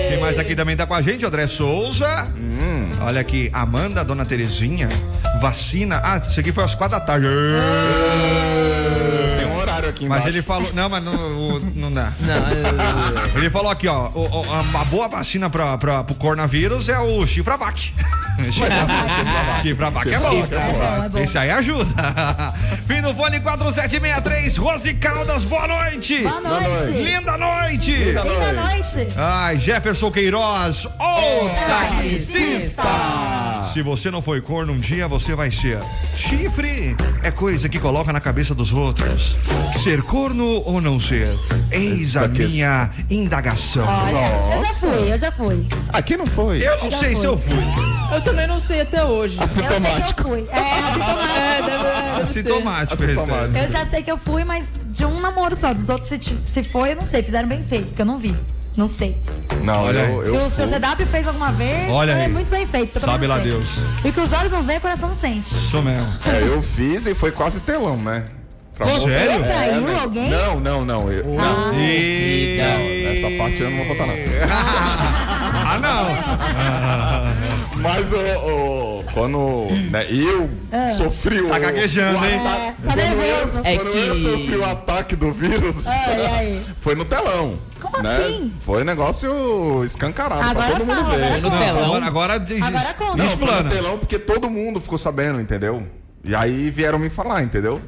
Speaker 5: Quem mais aqui também tá com a gente? André Souza. Olha aqui, Amanda, Dona Terezinha. Vacina. Ah, isso aqui foi às quatro da tarde.
Speaker 7: Tem um horário aqui
Speaker 5: Mas
Speaker 7: embaixo.
Speaker 5: ele falou. Não, mas não, o- não dá.
Speaker 7: Não,
Speaker 5: Ele falou aqui, ó. o- o- a, a boa vacina pra, pra, pro coronavírus é o Chifravac. Chifravac. Chifravac é bom.
Speaker 11: Chifravac é bom, é bom.
Speaker 5: Esse aí ajuda. Fim do fone 4763, Rose Caldas, boa noite.
Speaker 11: Boa noite. Boa noite.
Speaker 5: Linda noite.
Speaker 11: Linda Linda
Speaker 8: noite.
Speaker 5: Ai, Jefferson Queiroz, o
Speaker 11: taxista.
Speaker 5: taxista. Se você não foi corno um dia, você vai ser. Chifre é coisa que coloca na cabeça dos outros. Ser corno ou não ser? Eis
Speaker 7: Essa
Speaker 5: a
Speaker 7: questão.
Speaker 5: minha indagação.
Speaker 8: Olha, eu já fui, eu já fui.
Speaker 7: Aqui não foi.
Speaker 5: Eu não
Speaker 8: Já
Speaker 5: sei
Speaker 8: foi.
Speaker 5: se eu fui.
Speaker 6: Eu também não sei até hoje.
Speaker 8: Eu sei que eu fui. É,
Speaker 5: É
Speaker 8: assintomático.
Speaker 5: Assintomático. Assintomático.
Speaker 8: Eu já sei que eu fui, mas de um namoro só. Dos outros, se, ti- se foi, eu não sei. Fizeram bem feito, porque eu não vi. Não sei.
Speaker 7: Não,
Speaker 5: Olha
Speaker 7: eu,
Speaker 5: aí.
Speaker 7: eu
Speaker 8: se o seu
Speaker 7: vou-
Speaker 8: CW fez alguma vez,
Speaker 7: Olha
Speaker 8: é
Speaker 7: aí.
Speaker 8: muito bem feito. pelo
Speaker 7: Sabe
Speaker 8: menos
Speaker 7: lá
Speaker 8: sei.
Speaker 7: Deus.
Speaker 8: E o que os olhos não veem, o coração não sente.
Speaker 5: Isso mesmo.
Speaker 7: É, eu fiz e foi quase telão, né?
Speaker 8: Você
Speaker 7: mostrar-
Speaker 8: traiu
Speaker 7: né?
Speaker 8: alguém?
Speaker 7: Não, não, não. Eu, não. Não, Ah, nessa parte eu não vou contar nada.
Speaker 5: ah,
Speaker 7: não! Mas o. quando. né, eu
Speaker 11: Ah.
Speaker 7: sofri o.
Speaker 11: Tá gaguejando,
Speaker 7: o
Speaker 11: hein?
Speaker 7: ata-
Speaker 11: É, tá
Speaker 7: quando
Speaker 11: nervoso.
Speaker 7: eu,
Speaker 11: É
Speaker 7: quando eu
Speaker 11: que-
Speaker 7: sofri o ataque do vírus.
Speaker 11: Ah, e aí?
Speaker 7: Foi no telão. Como assim? Foi um negócio escancarado pra todo mundo ver.
Speaker 5: Não, Agora, agora, diz-
Speaker 7: Não, foi
Speaker 5: Explana.
Speaker 7: no
Speaker 12: É,
Speaker 7: telão porque todo mundo ficou sabendo, entendeu? E aí vieram me falar, entendeu?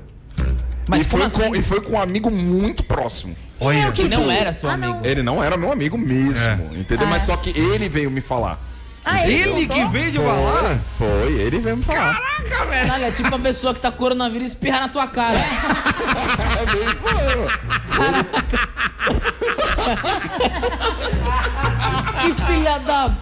Speaker 12: Mas
Speaker 7: e,
Speaker 12: como
Speaker 7: foi
Speaker 12: assim?
Speaker 7: com, e foi com um amigo muito próximo.
Speaker 8: É
Speaker 12: Olha. que não era seu
Speaker 8: Ah,
Speaker 12: amigo.
Speaker 7: Ele não era meu amigo mesmo, entendeu? Mas só que ele veio me falar.
Speaker 12: é
Speaker 2: Ah, ele
Speaker 12: que
Speaker 2: Ele
Speaker 12: contou? veio te falar?
Speaker 7: Foi, foi, ele veio me falar.
Speaker 12: Caralho, é tipo uma pessoa que tá com coronavírus espirrar na tua cara.
Speaker 7: É bem isso
Speaker 12: Que filha da...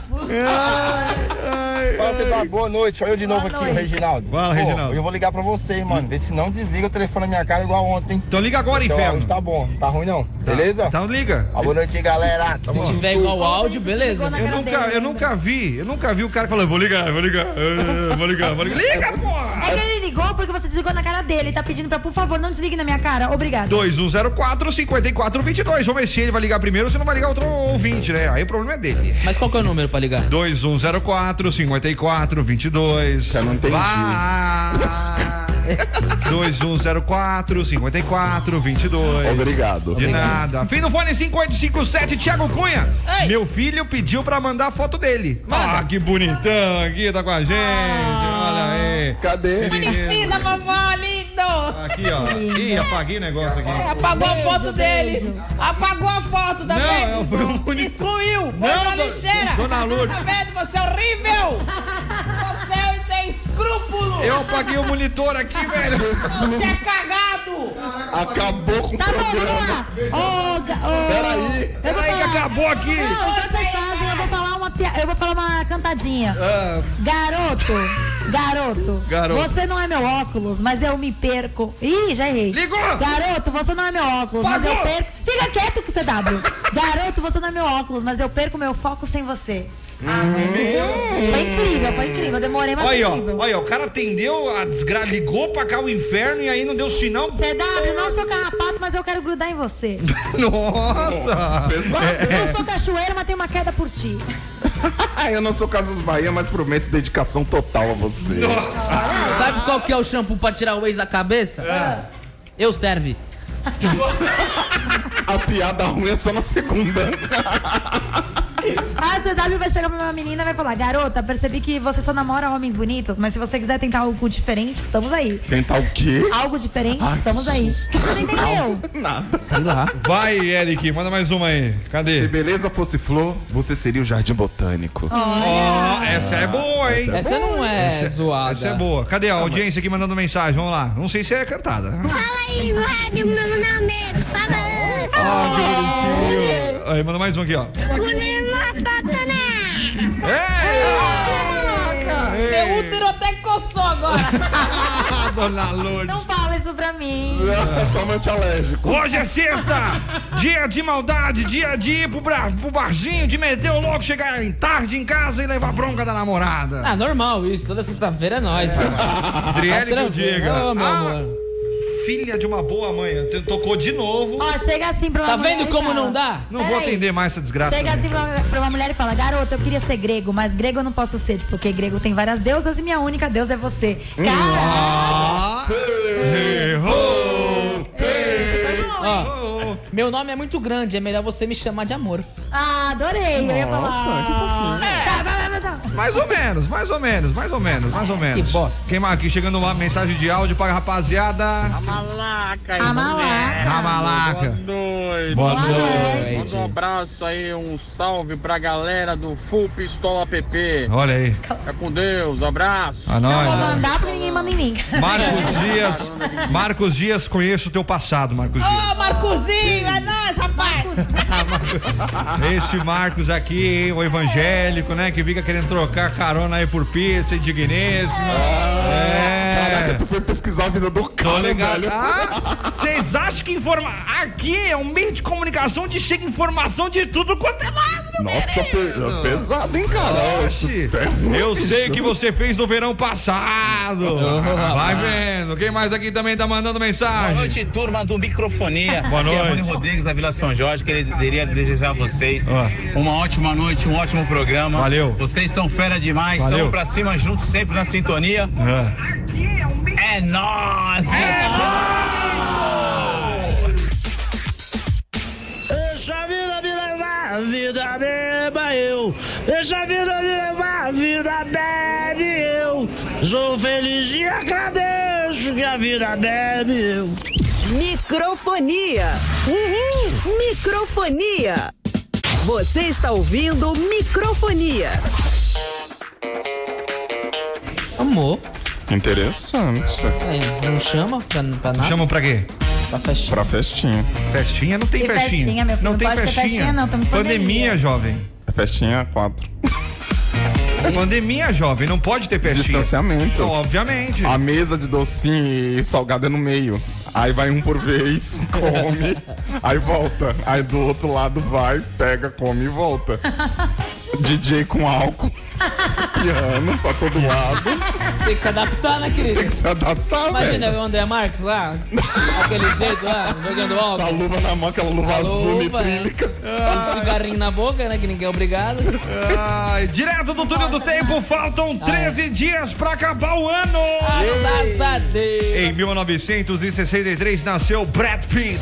Speaker 13: Fala, Cidade, boa noite. Sou eu de novo aqui, o Reginaldo.
Speaker 5: Fala,
Speaker 13: Pô,
Speaker 5: Reginaldo.
Speaker 13: Eu vou ligar pra vocês, mano. Vê se não desliga o telefone na minha cara igual ontem.
Speaker 5: Então liga agora,
Speaker 13: então,
Speaker 5: inferno.
Speaker 13: Hoje tá bom, não tá ruim não. Beleza?
Speaker 5: Então liga.
Speaker 13: Ah, boa noite, galera.
Speaker 5: Se tiver
Speaker 12: igual o áudio, beleza.
Speaker 5: Eu nunca, eu
Speaker 12: né?
Speaker 5: nunca vi, eu nunca vi o cara falando, vou ligar, vou ligar, eh, vou ligar, vou ligar. Liga, porra!
Speaker 8: É que ele ligou porque você desligou na cara dele. Ele tá pedindo pra, por favor, não desligue na minha cara. Obrigado.
Speaker 5: 2104 5422. Vamos ver se ele vai ligar primeiro ou se não vai ligar outro ouvinte, né? Aí o problema é dele.
Speaker 12: Mas qual que é o número pra ligar?
Speaker 5: 2104 5422. Eu não entendi. Lá. 2104 5422.
Speaker 7: Obrigado.
Speaker 5: De
Speaker 7: Obrigado.
Speaker 5: nada. Fim do fone 5857, Thiago Cunha. Meu filho pediu pra mandar a foto dele. Ah, que bonitão aqui, tá com a gente. Olha aí.
Speaker 7: Cadê?
Speaker 2: Menina, vovó, lindo!
Speaker 5: Aqui, ó. Ih, apaguei o negócio aqui.
Speaker 2: Apagou a foto dele! Apagou a foto da
Speaker 5: Não,
Speaker 2: vez!
Speaker 5: eu fui um bonito.
Speaker 2: Excluiu! Põe
Speaker 5: Não,
Speaker 2: na
Speaker 5: do-
Speaker 2: lixeira!
Speaker 5: dona Lourdes.
Speaker 2: Tá vendo? Você é horrível! Você tem escrúpulo!
Speaker 5: Eu apaguei o monitor aqui, velho.
Speaker 2: Você é cagado!
Speaker 7: Acabou com
Speaker 2: tá o programa!
Speaker 7: Peraí.
Speaker 8: Peraí
Speaker 5: que acabou aqui.
Speaker 8: Não, é enquanto vocês fazem, eu vou falar uma, pia- eu vou falar uma cantadinha. Garoto, garoto,
Speaker 11: Ah. Garoto.
Speaker 8: você não é meu óculos, mas eu me perco. Ih, já errei.
Speaker 11: Ligou!
Speaker 8: Garoto, você não é meu óculos, mas eu
Speaker 11: Pagou!
Speaker 8: perco. Fica quieto que você dá. Garoto, você não é meu óculos, mas eu perco meu foco sem você.
Speaker 11: Hum.
Speaker 8: Hum. Foi incrível, foi incrível. Eu demorei, mas foi
Speaker 5: Olha,
Speaker 8: incrível.
Speaker 5: ó, olha, ó, o cara atendeu, a desgra... ligou pra cá o inferno e aí não deu sinal.
Speaker 8: CW, é não sou carrapato, mas eu quero grudar em você.
Speaker 5: Nossa!
Speaker 7: É,
Speaker 8: Eu sou cachoeira, mas tenho uma queda por ti.
Speaker 7: Ah, eu não sou Casas Bahia, mas prometo dedicação total a você.
Speaker 14: Ah.
Speaker 12: Sabe qual que é o shampoo pra tirar o ex da cabeça?
Speaker 14: É.
Speaker 12: Eu serve.
Speaker 7: A piada ruim é só na segunda.
Speaker 8: A CW vai chegar pra uma menina e vai falar: Garota, percebi que você só namora homens bonitos, mas se você quiser tentar algo diferente, estamos aí.
Speaker 7: Tentar tá o quê?
Speaker 8: Algo diferente,
Speaker 7: Ai,
Speaker 8: estamos aí. Você não entendeu?
Speaker 7: Nada.
Speaker 5: Sei lá. Vai, Eric, manda mais uma aí. Cadê?
Speaker 7: Se beleza fosse flor, você seria o jardim botânico.
Speaker 12: é
Speaker 5: Ó, essa é boa, hein?
Speaker 7: Essa é boa. Essa não é zoada.
Speaker 5: Essa é boa. Cadê a audiência aqui mandando mensagem? Vamos lá. Não sei se é cantada. né?
Speaker 11: Aí, rádio, meu nome é Fabão.
Speaker 5: Aí, manda mais um aqui, ó.
Speaker 2: Meu útero até coçou agora!
Speaker 5: Dona Lourdes.
Speaker 8: Não Então fala isso pra mim.
Speaker 7: Totalmente alérgico.
Speaker 5: Hoje é sexta, dia de maldade, dia de ir pro, bra- pro barzinho, de meter o louco, chegar em tarde em casa e levar bronca da namorada.
Speaker 12: Ah, normal isso. Toda sexta-feira é nóis.
Speaker 5: Adriele
Speaker 12: Tá
Speaker 5: que diga.
Speaker 12: tranquilo, meu
Speaker 5: Ah,
Speaker 12: amor.
Speaker 5: Filha de uma boa mãe, te- tocou de novo.
Speaker 8: Ó, chega assim pra uma
Speaker 12: Tá
Speaker 8: mulher
Speaker 12: vendo
Speaker 8: e
Speaker 12: como
Speaker 8: fala,
Speaker 12: não dá?
Speaker 5: Não vou
Speaker 8: "Peraí."
Speaker 5: atender mais né, essa desgraça.
Speaker 8: Chega assim pra, pra uma mulher e fala: Garota, eu queria ser grego, mas grego eu não posso ser, porque grego tem várias deusas e minha única deusa é você.
Speaker 5: Cara!
Speaker 12: Ó, meu nome é muito grande, é melhor você me chamar de amor.
Speaker 8: Ah, adorei. eu ia falar. Tá,
Speaker 12: Nossa,
Speaker 8: que fofinho.
Speaker 5: Mais ou menos, mais ou menos, mais ou menos, mais ou menos. Que bosta. Quem mais aqui chegando uma mensagem de áudio para a rapaziada.
Speaker 14: Malaca,
Speaker 8: A malaca.
Speaker 5: A malaca.
Speaker 14: Boa noite.
Speaker 5: Boa noite.
Speaker 14: Manda um abraço aí, um salve pra galera do Full Pistola PP.
Speaker 5: Olha aí.
Speaker 14: Fica É com Deus, abraço.
Speaker 5: A
Speaker 8: Não vou
Speaker 5: nós. né?
Speaker 8: mandar porque ninguém manda em mim.
Speaker 5: Marcos Dias, Marcos Dias, conheço o teu passado, Marcos Dias.
Speaker 2: Ô, Marcozinho, é nóis, rapaz!
Speaker 5: Esse Marcos aqui, hein, o evangélico, né? Que fica querendo trocar carona aí por pizza, indigníssimo. É. Ah,
Speaker 7: Caraca, tu foi pesquisar a vida do cara, velho.
Speaker 5: Vocês acham que informa... aqui é um meio de comunicação onde chega informação de tudo quanto é lado, meu
Speaker 7: Nossa, pe- pesado, hein, cara?
Speaker 5: Oxi.
Speaker 7: É,
Speaker 5: Eu
Speaker 7: bicho.
Speaker 5: sei o que você fez no verão passado. Vai vendo. Quem mais aqui também tá mandando mensagem? Boa noite, turma do Microfonia. Boa
Speaker 15: Aqui é Rony
Speaker 5: noite.
Speaker 15: Rodrigues da Vila São Jorge, queria desejar a vocês uma ótima noite, um ótimo programa.
Speaker 5: Valeu.
Speaker 15: Vocês são fera demais,
Speaker 5: Valeu.
Speaker 15: estamos pra cima juntos, sempre na sintonia.
Speaker 5: Ah,
Speaker 15: É, nóis! É nóis!
Speaker 3: Deixa a vida me levar, a vida beba eu. Deixa a vida me levar, a vida bebe eu. Sou feliz e agradeço que a vida bebe eu.
Speaker 1: Microfonia. Uhul! Microfonia. Você está ouvindo microfonia.
Speaker 12: Amor.
Speaker 7: Interessante.
Speaker 12: Aí, não chama pra, pra nada?
Speaker 5: Chama pra quê?
Speaker 12: Pra festinha.
Speaker 7: Pra festinha.
Speaker 5: Festinha? Não tem
Speaker 8: Tem festinha. festinha, meu filho, Não não tem pode ter festinha. festinha, não, tamo em pandemia. Pandemia,
Speaker 5: jovem.
Speaker 7: É festinha 4.
Speaker 5: Pandemia, jovem. Não pode ter festinha.
Speaker 7: Distanciamento.
Speaker 5: Obviamente.
Speaker 7: A mesa de docinho e salgado é no meio. Aí vai um por vez, come, aí volta. Aí do outro lado vai, pega, come e volta. DJ com álcool, piano pra todo lado.
Speaker 12: Tem que se adaptar, né, querido?
Speaker 7: Tem que se adaptar,
Speaker 12: Imagina
Speaker 7: velho.
Speaker 12: o André Marques lá, aquele jeito lá, jogando
Speaker 7: Com a
Speaker 12: álcool.
Speaker 7: luva na mão, aquela luva azul
Speaker 12: Luva, né?
Speaker 7: mitrílica.
Speaker 5: é.
Speaker 12: Um cigarrinho na boca, né, que ninguém é obrigado.
Speaker 7: Ah.
Speaker 5: Ai, direto do túnel do tempo, faltam 13 dias pra acabar o ano.
Speaker 12: Graças a Deus.
Speaker 5: Em 1963 nasceu Brad Pitt.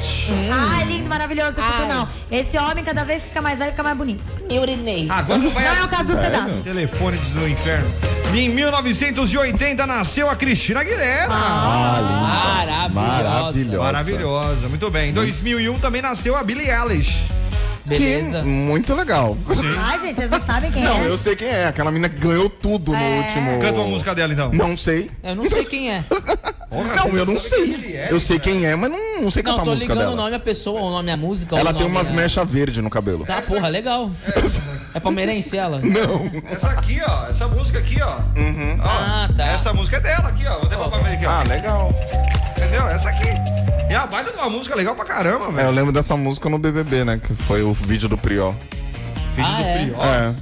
Speaker 8: Ai, lindo, maravilhoso esse
Speaker 12: Ai.
Speaker 8: final. Esse homem, cada vez que fica mais velho, fica mais bonito. Eu urinei.
Speaker 5: Agora
Speaker 8: não
Speaker 5: vai-
Speaker 8: é o caso do Sedano.
Speaker 5: Telefone do inferno. E em 1980 nasceu a Cristina Aguilera.
Speaker 12: Maravilhosa.
Speaker 7: Maravilhosa.
Speaker 5: Maravilhosa, muito bem. Em 2001 também nasceu a Billie Eilish.
Speaker 7: Que muito legal.
Speaker 8: Ai, gente, vocês não sabem quem
Speaker 7: Não,
Speaker 8: é.
Speaker 7: eu sei quem é. Aquela mina que ganhou tudo no último.
Speaker 5: É. Canta uma música dela então.
Speaker 7: Não sei.
Speaker 12: Eu não sei quem é.
Speaker 7: Não, eu não sei. Eu sei quem é, mas não, não sei
Speaker 12: Não,
Speaker 7: cantar a
Speaker 12: tô
Speaker 7: música
Speaker 12: ligando o
Speaker 7: dela.
Speaker 12: nome à pessoa, o nome à música.
Speaker 7: Ela
Speaker 12: o
Speaker 7: tem
Speaker 12: nome,
Speaker 7: umas
Speaker 12: né?
Speaker 7: mechas verdes no cabelo.
Speaker 12: Tá, porra, legal. É palmeirense ela?
Speaker 7: Não.
Speaker 5: Essa aqui, ó. Essa música aqui, ó.
Speaker 7: Uhum.
Speaker 5: Ó,
Speaker 12: Ah, tá.
Speaker 5: Essa música é dela aqui, ó. Vou devolver pra mim aqui, ó.
Speaker 7: Ah, legal.
Speaker 5: Entendeu? Essa aqui. É a baita de uma música legal pra caramba,
Speaker 7: É, eu
Speaker 5: velho.
Speaker 7: lembro dessa música no BBB, né? Que foi o vídeo do Priol.
Speaker 5: Vídeo
Speaker 12: Ah,
Speaker 5: do
Speaker 12: é?
Speaker 5: Priol.
Speaker 7: É.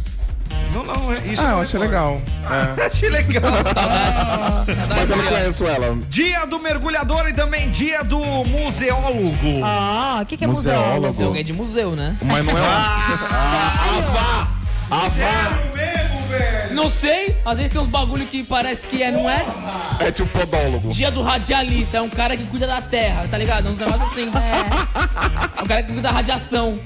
Speaker 5: Não, não, é isso.
Speaker 7: Ah,
Speaker 5: não
Speaker 7: eu
Speaker 5: importa.
Speaker 7: achei legal. É.
Speaker 5: Achei legal.
Speaker 12: Ah, é.
Speaker 7: Mas eu não conheço ela.
Speaker 5: Dia do mergulhador e também dia do museólogo.
Speaker 8: Ah, o que, que é museólogo?
Speaker 12: Tem
Speaker 7: Museólogo.
Speaker 12: alguém Ah! de museu, né?
Speaker 7: Mas não é Ah, ela. Ah,
Speaker 5: Quero mesmo, velho.
Speaker 12: Não sei, às vezes tem uns bagulho que parece que é, não é?
Speaker 7: É tipo podólogo.
Speaker 12: Dia do radialista, é um cara que cuida da terra, tá ligado? É Uns negócios assim. É. um cara que cuida da radiação.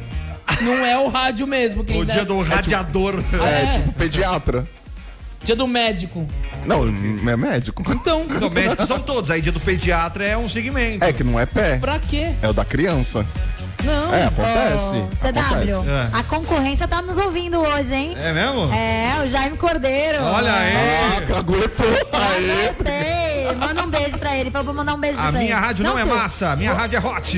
Speaker 12: Não é o rádio mesmo. Que
Speaker 5: O
Speaker 12: ainda- é
Speaker 5: dia do radiador.
Speaker 12: Ah, é.
Speaker 7: É tipo pediatra.
Speaker 12: Dia do médico.
Speaker 7: Não, é médico.
Speaker 12: Então,
Speaker 5: Não, médicos Ah, são todos. Aí dia do pediatra é um segmento.
Speaker 7: É que não é pé.
Speaker 12: pra quê?
Speaker 7: É o da criança.
Speaker 12: Não.
Speaker 7: É, acontece.
Speaker 8: CW,
Speaker 7: Acontece.
Speaker 5: É.
Speaker 8: a concorrência tá nos ouvindo hoje, hein?
Speaker 5: É mesmo?
Speaker 8: É, o Jaime Cordeiro.
Speaker 5: Olha
Speaker 8: É.
Speaker 5: aí.
Speaker 7: Ah, aguentou. Aê.
Speaker 8: Acertei. Manda um beijo pra ele. Falou pra mandar um beijo
Speaker 5: A
Speaker 8: pra ele.
Speaker 5: minha rádio não, é
Speaker 8: tu.
Speaker 5: massa, a minha rádio é hot.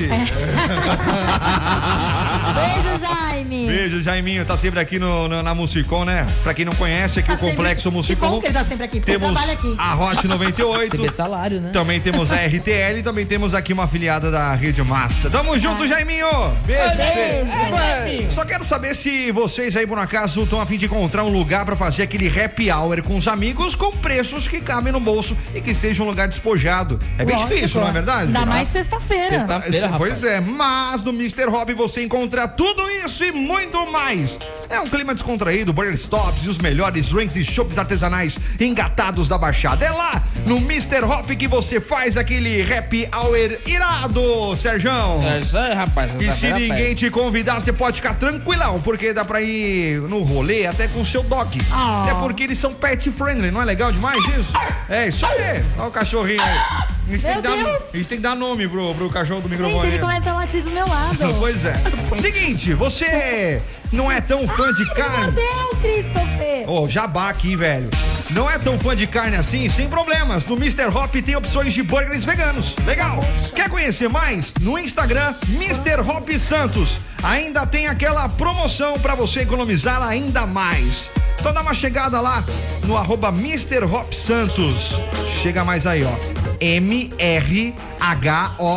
Speaker 12: Ah, tá.
Speaker 8: Beijo, Jaime.
Speaker 5: Beijo, Jaiminho. Tá sempre aqui no, no- na Musicom, né? Pra quem não conhece, aqui
Speaker 8: Tá
Speaker 5: o Complexo
Speaker 8: sempre... Que bom
Speaker 5: Musicom.
Speaker 8: que ele tá sempre aqui, porque eu
Speaker 5: Temos
Speaker 8: trabalho aqui.
Speaker 5: a Hot
Speaker 12: Você vê
Speaker 5: 98.
Speaker 12: salário, né?
Speaker 5: Também temos a RTL e também temos aqui uma afiliada da Rede Massa.
Speaker 8: Tá.
Speaker 5: Tamo junto, Jaiminho! Beijo pra você!
Speaker 12: Jaiminho.
Speaker 5: Só quero saber se vocês aí, por um acaso, estão a fim de encontrar um lugar pra fazer aquele happy hour com os amigos com preços que cabem no bolso e que seja um lugar despojado. É bem
Speaker 8: Lógico.
Speaker 5: difícil, não é verdade?
Speaker 8: Ainda mais sexta-feira.
Speaker 12: Sexta- Sexta-feira,
Speaker 5: Ah, Pois é, mas no Mr. Hobby você encontra tudo isso e muito mais. É um clima descontraído, burger stops e os melhores drinks e shops artesanais engatados da Baixada. É lá no Mr. Hop que você faz aquele happy hour irado, Serjão.
Speaker 12: É isso aí, rapaz.
Speaker 5: E
Speaker 8: Tá
Speaker 5: se
Speaker 12: sexta-feira, é
Speaker 5: ninguém te convidar, você pode ficar tranquilão, porque dá pra ir no rolê até com o seu dog.
Speaker 8: Ah.
Speaker 5: Até porque eles são pet friendly, não é legal demais isso? É, isso aí. Olha o cachorrinho aí. A gente, tem que
Speaker 8: Meu
Speaker 5: dar,
Speaker 8: Deus.
Speaker 5: a gente tem que dar nome pro, pro cachorro do microfone.
Speaker 8: Gente, ele é
Speaker 5: aí.
Speaker 8: começa a latir do meu lado.
Speaker 5: Pois é. Seguinte, você não é tão fã de
Speaker 8: Meu
Speaker 5: carne.
Speaker 8: Deus, Christopher.
Speaker 5: Ô, oh, jabá aqui, velho. Não é tão fã de carne assim? Sem problemas. No Mr. Hop tem opções de burgers veganos. Legal. Quer conhecer mais? No Instagram, Mr. Hop Santos. Ainda tem aquela promoção pra você economizar ainda mais. Então dá uma chegada lá no arroba Mr. Hop Santos. Chega mais aí, ó.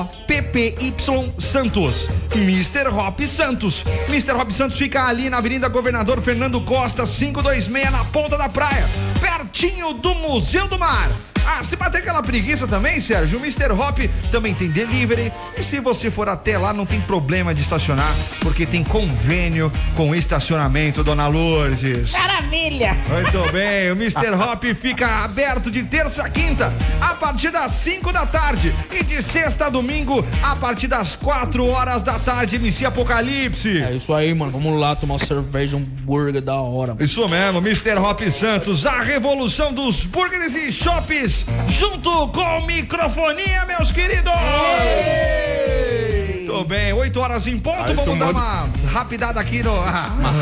Speaker 5: M-R-H-O-P-P-Y Santos. Mr. Hop Santos. Mr. Hop Santos fica ali na Avenida Governador Fernando Costa, 526, na ponta da praia, pertinho do Museu do Mar. Ah, se bater aquela preguiça também, Sérgio, o Mr. Hop também tem delivery. E se você for até lá, não tem problema de estacionar, porque tem convênio com estacionamento, Dona Lourdes.
Speaker 2: Maravilha!
Speaker 5: Muito bem, o Mr. Hop fica aberto de terça a quinta, a partir das 5 da tarde. E de sexta a domingo, a partir das 4 horas da tarde, inicia Apocalipse.
Speaker 6: É isso aí, mano. Vamos lá tomar uma cerveja, um burger da hora, mano.
Speaker 5: Isso mesmo, Mr. Hop Santos, a revolução dos burgers e shops, junto com microfonia, meus queridos! Muito bem, 8 horas em ponto,
Speaker 7: Ai, tu
Speaker 5: vamos dar
Speaker 7: manda-
Speaker 5: uma rapidada aqui no.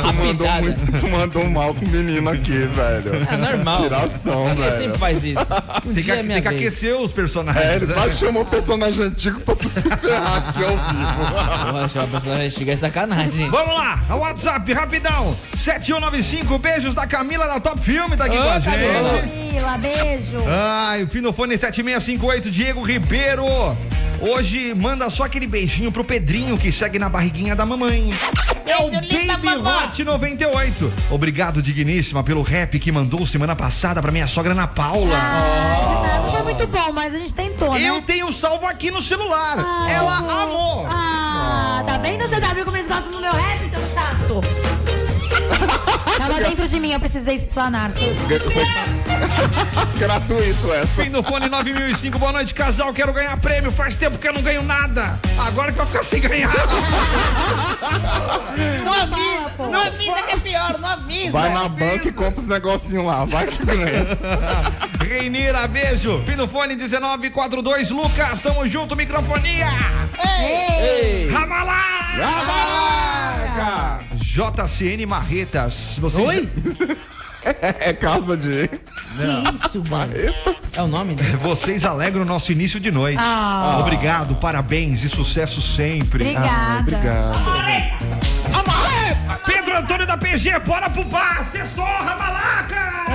Speaker 7: Tu mandou, muito, tu mandou mal com o menino aqui, velho.
Speaker 5: É normal. assim,
Speaker 7: Tiração,
Speaker 5: Ele
Speaker 7: velho.
Speaker 5: sempre faz
Speaker 6: isso.
Speaker 12: Um
Speaker 5: tem que,
Speaker 12: é
Speaker 5: tem que aquecer os personagens.
Speaker 7: É, ele
Speaker 5: né?
Speaker 7: quase chamou o personagem antigo pra tu se ferrar aqui ao vivo.
Speaker 6: Porra, achava a pessoa chegar é sacanagem.
Speaker 5: Vamos lá, a WhatsApp, rapidão. 7195, beijos da Camila da Top Filme, tá aqui
Speaker 8: Ô,
Speaker 5: com a gente.
Speaker 8: Camila. Camila, beijo.
Speaker 5: Ai, o Finofone 7658, Diego Ribeiro. Hoje manda só aquele beijinho pro Pedrinho que segue na barriguinha da mamãe. É o Baby Hot 98. Obrigado, digníssima, pelo rap que mandou semana passada pra minha sogra Ana Paula.
Speaker 8: Ah, Não foi muito bom, mas a gente tentou, né?
Speaker 5: Eu tenho salvo aqui no celular. Ela amou.
Speaker 8: Ah, tá vendo, CW, como eles gostam do meu rap, seu chato? Tava dentro de mim, eu precisei explanar. Seus...
Speaker 7: Gratuito essa.
Speaker 5: Fim do fone 9005, boa noite, casal. Quero ganhar prêmio. Faz tempo que eu não ganho nada. Agora que vai ficar sem ganhar.
Speaker 2: Não avisa, não avisa que é pior, não avisa.
Speaker 7: Vai na banca e compra os negocinhos lá. Vai que ganha.
Speaker 5: Reinira, beijo. Fim do fone 1942, Lucas. Tamo junto, microfonia.
Speaker 2: Ei!
Speaker 5: Ramalaca! JCN Marretas. Vocês... Oi?
Speaker 7: É casa de.
Speaker 5: Que isso, mano? É o nome dele. Vocês alegram o nosso início de noite.
Speaker 2: Ah.
Speaker 5: Obrigado, parabéns e sucesso sempre.
Speaker 2: Obrigada. Ah,
Speaker 5: obrigado. Pedro Antônio da PG, bora pro bar! Cessorra, malaca!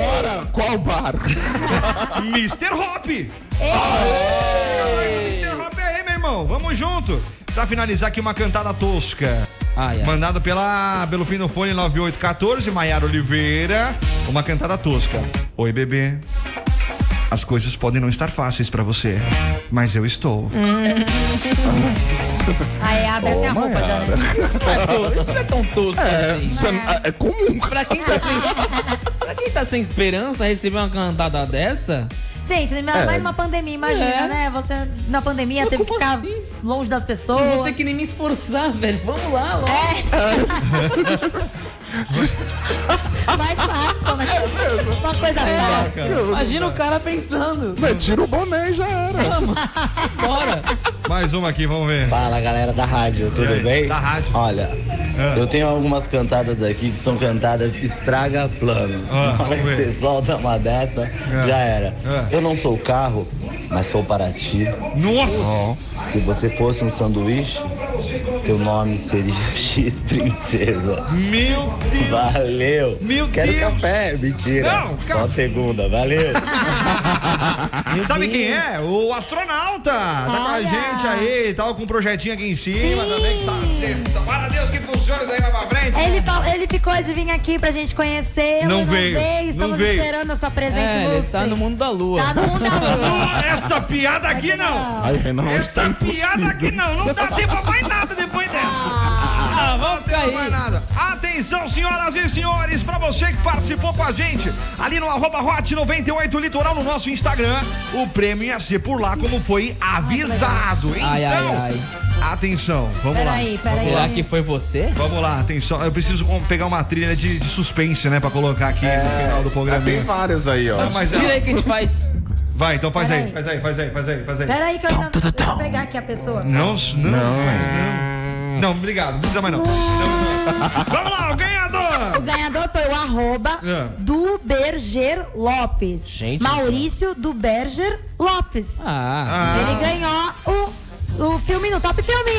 Speaker 7: Bora! Qual bar?
Speaker 5: Mr. Hop! Mr. Hop é aí, meu irmão. Vamos junto. Pra finalizar aqui uma cantada tosca.
Speaker 12: Ah, é.
Speaker 6: É.
Speaker 5: Mandada pela, pelo fim do fone 9814, Maiara Oliveira. Uma cantada tosca. Oi, bebê. As coisas podem não estar fáceis pra você, mas eu estou.
Speaker 8: Aí abre assim a
Speaker 5: Ô,
Speaker 8: roupa já.
Speaker 5: Maiara.
Speaker 8: né?
Speaker 6: Isso não é tão tosco
Speaker 7: É,
Speaker 6: assim.
Speaker 7: isso é- é comum.
Speaker 6: Pra quem, tá sem, pra quem tá sem esperança receber uma cantada dessa,
Speaker 8: Gente, ainda
Speaker 6: É.
Speaker 8: mais uma pandemia, imagina,
Speaker 6: É.
Speaker 8: né? Você na pandemia teve que ficar longe das pessoas. É.
Speaker 6: eu vou ter que nem me esforçar, velho. Vamos lá, logo.
Speaker 8: Mais fácil,
Speaker 6: É
Speaker 8: né? Uma coisa fácil.
Speaker 6: Imagina o cara pensando.
Speaker 7: tira é o boné e já era.
Speaker 6: Bora.
Speaker 5: Mais uma aqui, vamos ver.
Speaker 16: Fala galera da rádio, tudo bem? Da
Speaker 5: rádio. Ah.
Speaker 16: Olha, eu tenho algumas cantadas aqui que são cantadas estraga planos.
Speaker 5: Ah,
Speaker 16: Na hora que
Speaker 5: vamos ver. Ah.
Speaker 16: você solta uma dessa, já era. Eu não sou carro, mas sou Paraty.
Speaker 5: Nossa!
Speaker 16: Se você fosse um sanduíche, teu nome seria X Princesa.
Speaker 5: Meu Deus!
Speaker 16: Valeu!
Speaker 5: Meu
Speaker 16: Quero
Speaker 5: Deus.
Speaker 16: café, né? mentira.
Speaker 5: Não,
Speaker 16: Só segunda, valeu!
Speaker 5: Sabe quem é? O astronauta! Tá com a gente aí, tava com um projetinho aqui em cima também. Que sabe, sexta. Para Deus que funciona daí vai pra frente.
Speaker 8: Ele, fal- ele ficou de vir aqui pra gente conhecer.
Speaker 5: Não veio, não
Speaker 8: Estamos
Speaker 5: veio.
Speaker 8: esperando a sua presença
Speaker 6: É, ele
Speaker 8: ilustre.
Speaker 6: tá no mundo da lua.
Speaker 8: Tá no mundo da lua.
Speaker 5: Essa piada aqui não!
Speaker 7: Ai, Renan, tá
Speaker 5: Essa Tá piada aqui não! Não dá tempo pra mais nada depois dessa! Ah,
Speaker 6: tá vamos
Speaker 5: cair! Mais nada. Atenção, senhoras e senhores, pra você que participou com a gente ali no arroba hot 98 litoral no nosso Instagram, o prêmio ia ser por lá, como foi avisado. Então,
Speaker 6: Ai, ai, ai.
Speaker 5: atenção, vamos lá.
Speaker 8: Peraí, peraí.
Speaker 6: Será que foi você?
Speaker 5: Vamos lá, atenção. Eu preciso com- pegar uma trilha de, de suspense, né, pra colocar aqui
Speaker 6: É.
Speaker 5: no final do programa.
Speaker 7: É, tem várias aí, ó.
Speaker 5: Não, mas
Speaker 6: Tira aí que a gente faz.
Speaker 5: Vai, então faz aí,
Speaker 8: Peraí.
Speaker 5: faz aí, faz aí, faz aí, faz aí.
Speaker 8: Peraí que eu ainda deixa eu pegar aqui a pessoa.
Speaker 5: Não, s- não, mas não. Não, obrigado, não precisa mais não. Vamos lá, é o
Speaker 8: O
Speaker 5: ganhador!
Speaker 8: ganhador foi o arroba
Speaker 5: É.
Speaker 8: do Berger Lopes.
Speaker 5: Gente,
Speaker 8: Maurício do Berger Lopes.
Speaker 6: Ah.
Speaker 8: Ele ganhou o o filme no Top Filme.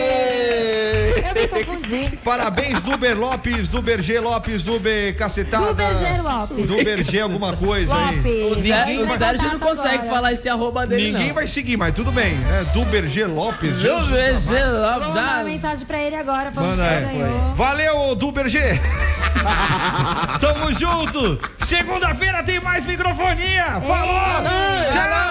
Speaker 8: Eu me confundi.
Speaker 5: Parabéns, Duber Lopes, Duber G Lopes, Duber Cacetada.
Speaker 8: Duber G Lopes.
Speaker 5: Duber G alguma coisa aí.
Speaker 12: O, Zé,
Speaker 5: Ninguém
Speaker 12: o
Speaker 5: vai-
Speaker 12: Sérgio não consegue falar esse arroba dele,
Speaker 5: Ninguém
Speaker 12: não.
Speaker 5: vai seguir, mas tudo bem. É Duber G Lopes.
Speaker 12: Duber G
Speaker 8: Vou
Speaker 12: Lopes.
Speaker 8: mandar uma mensagem pra ele agora falando
Speaker 5: Manda
Speaker 8: que
Speaker 5: aí.
Speaker 8: você ganhou.
Speaker 5: Valeu, Duber G. Tamo junto. Segunda-feira tem mais microfonia. Falou. Tchau.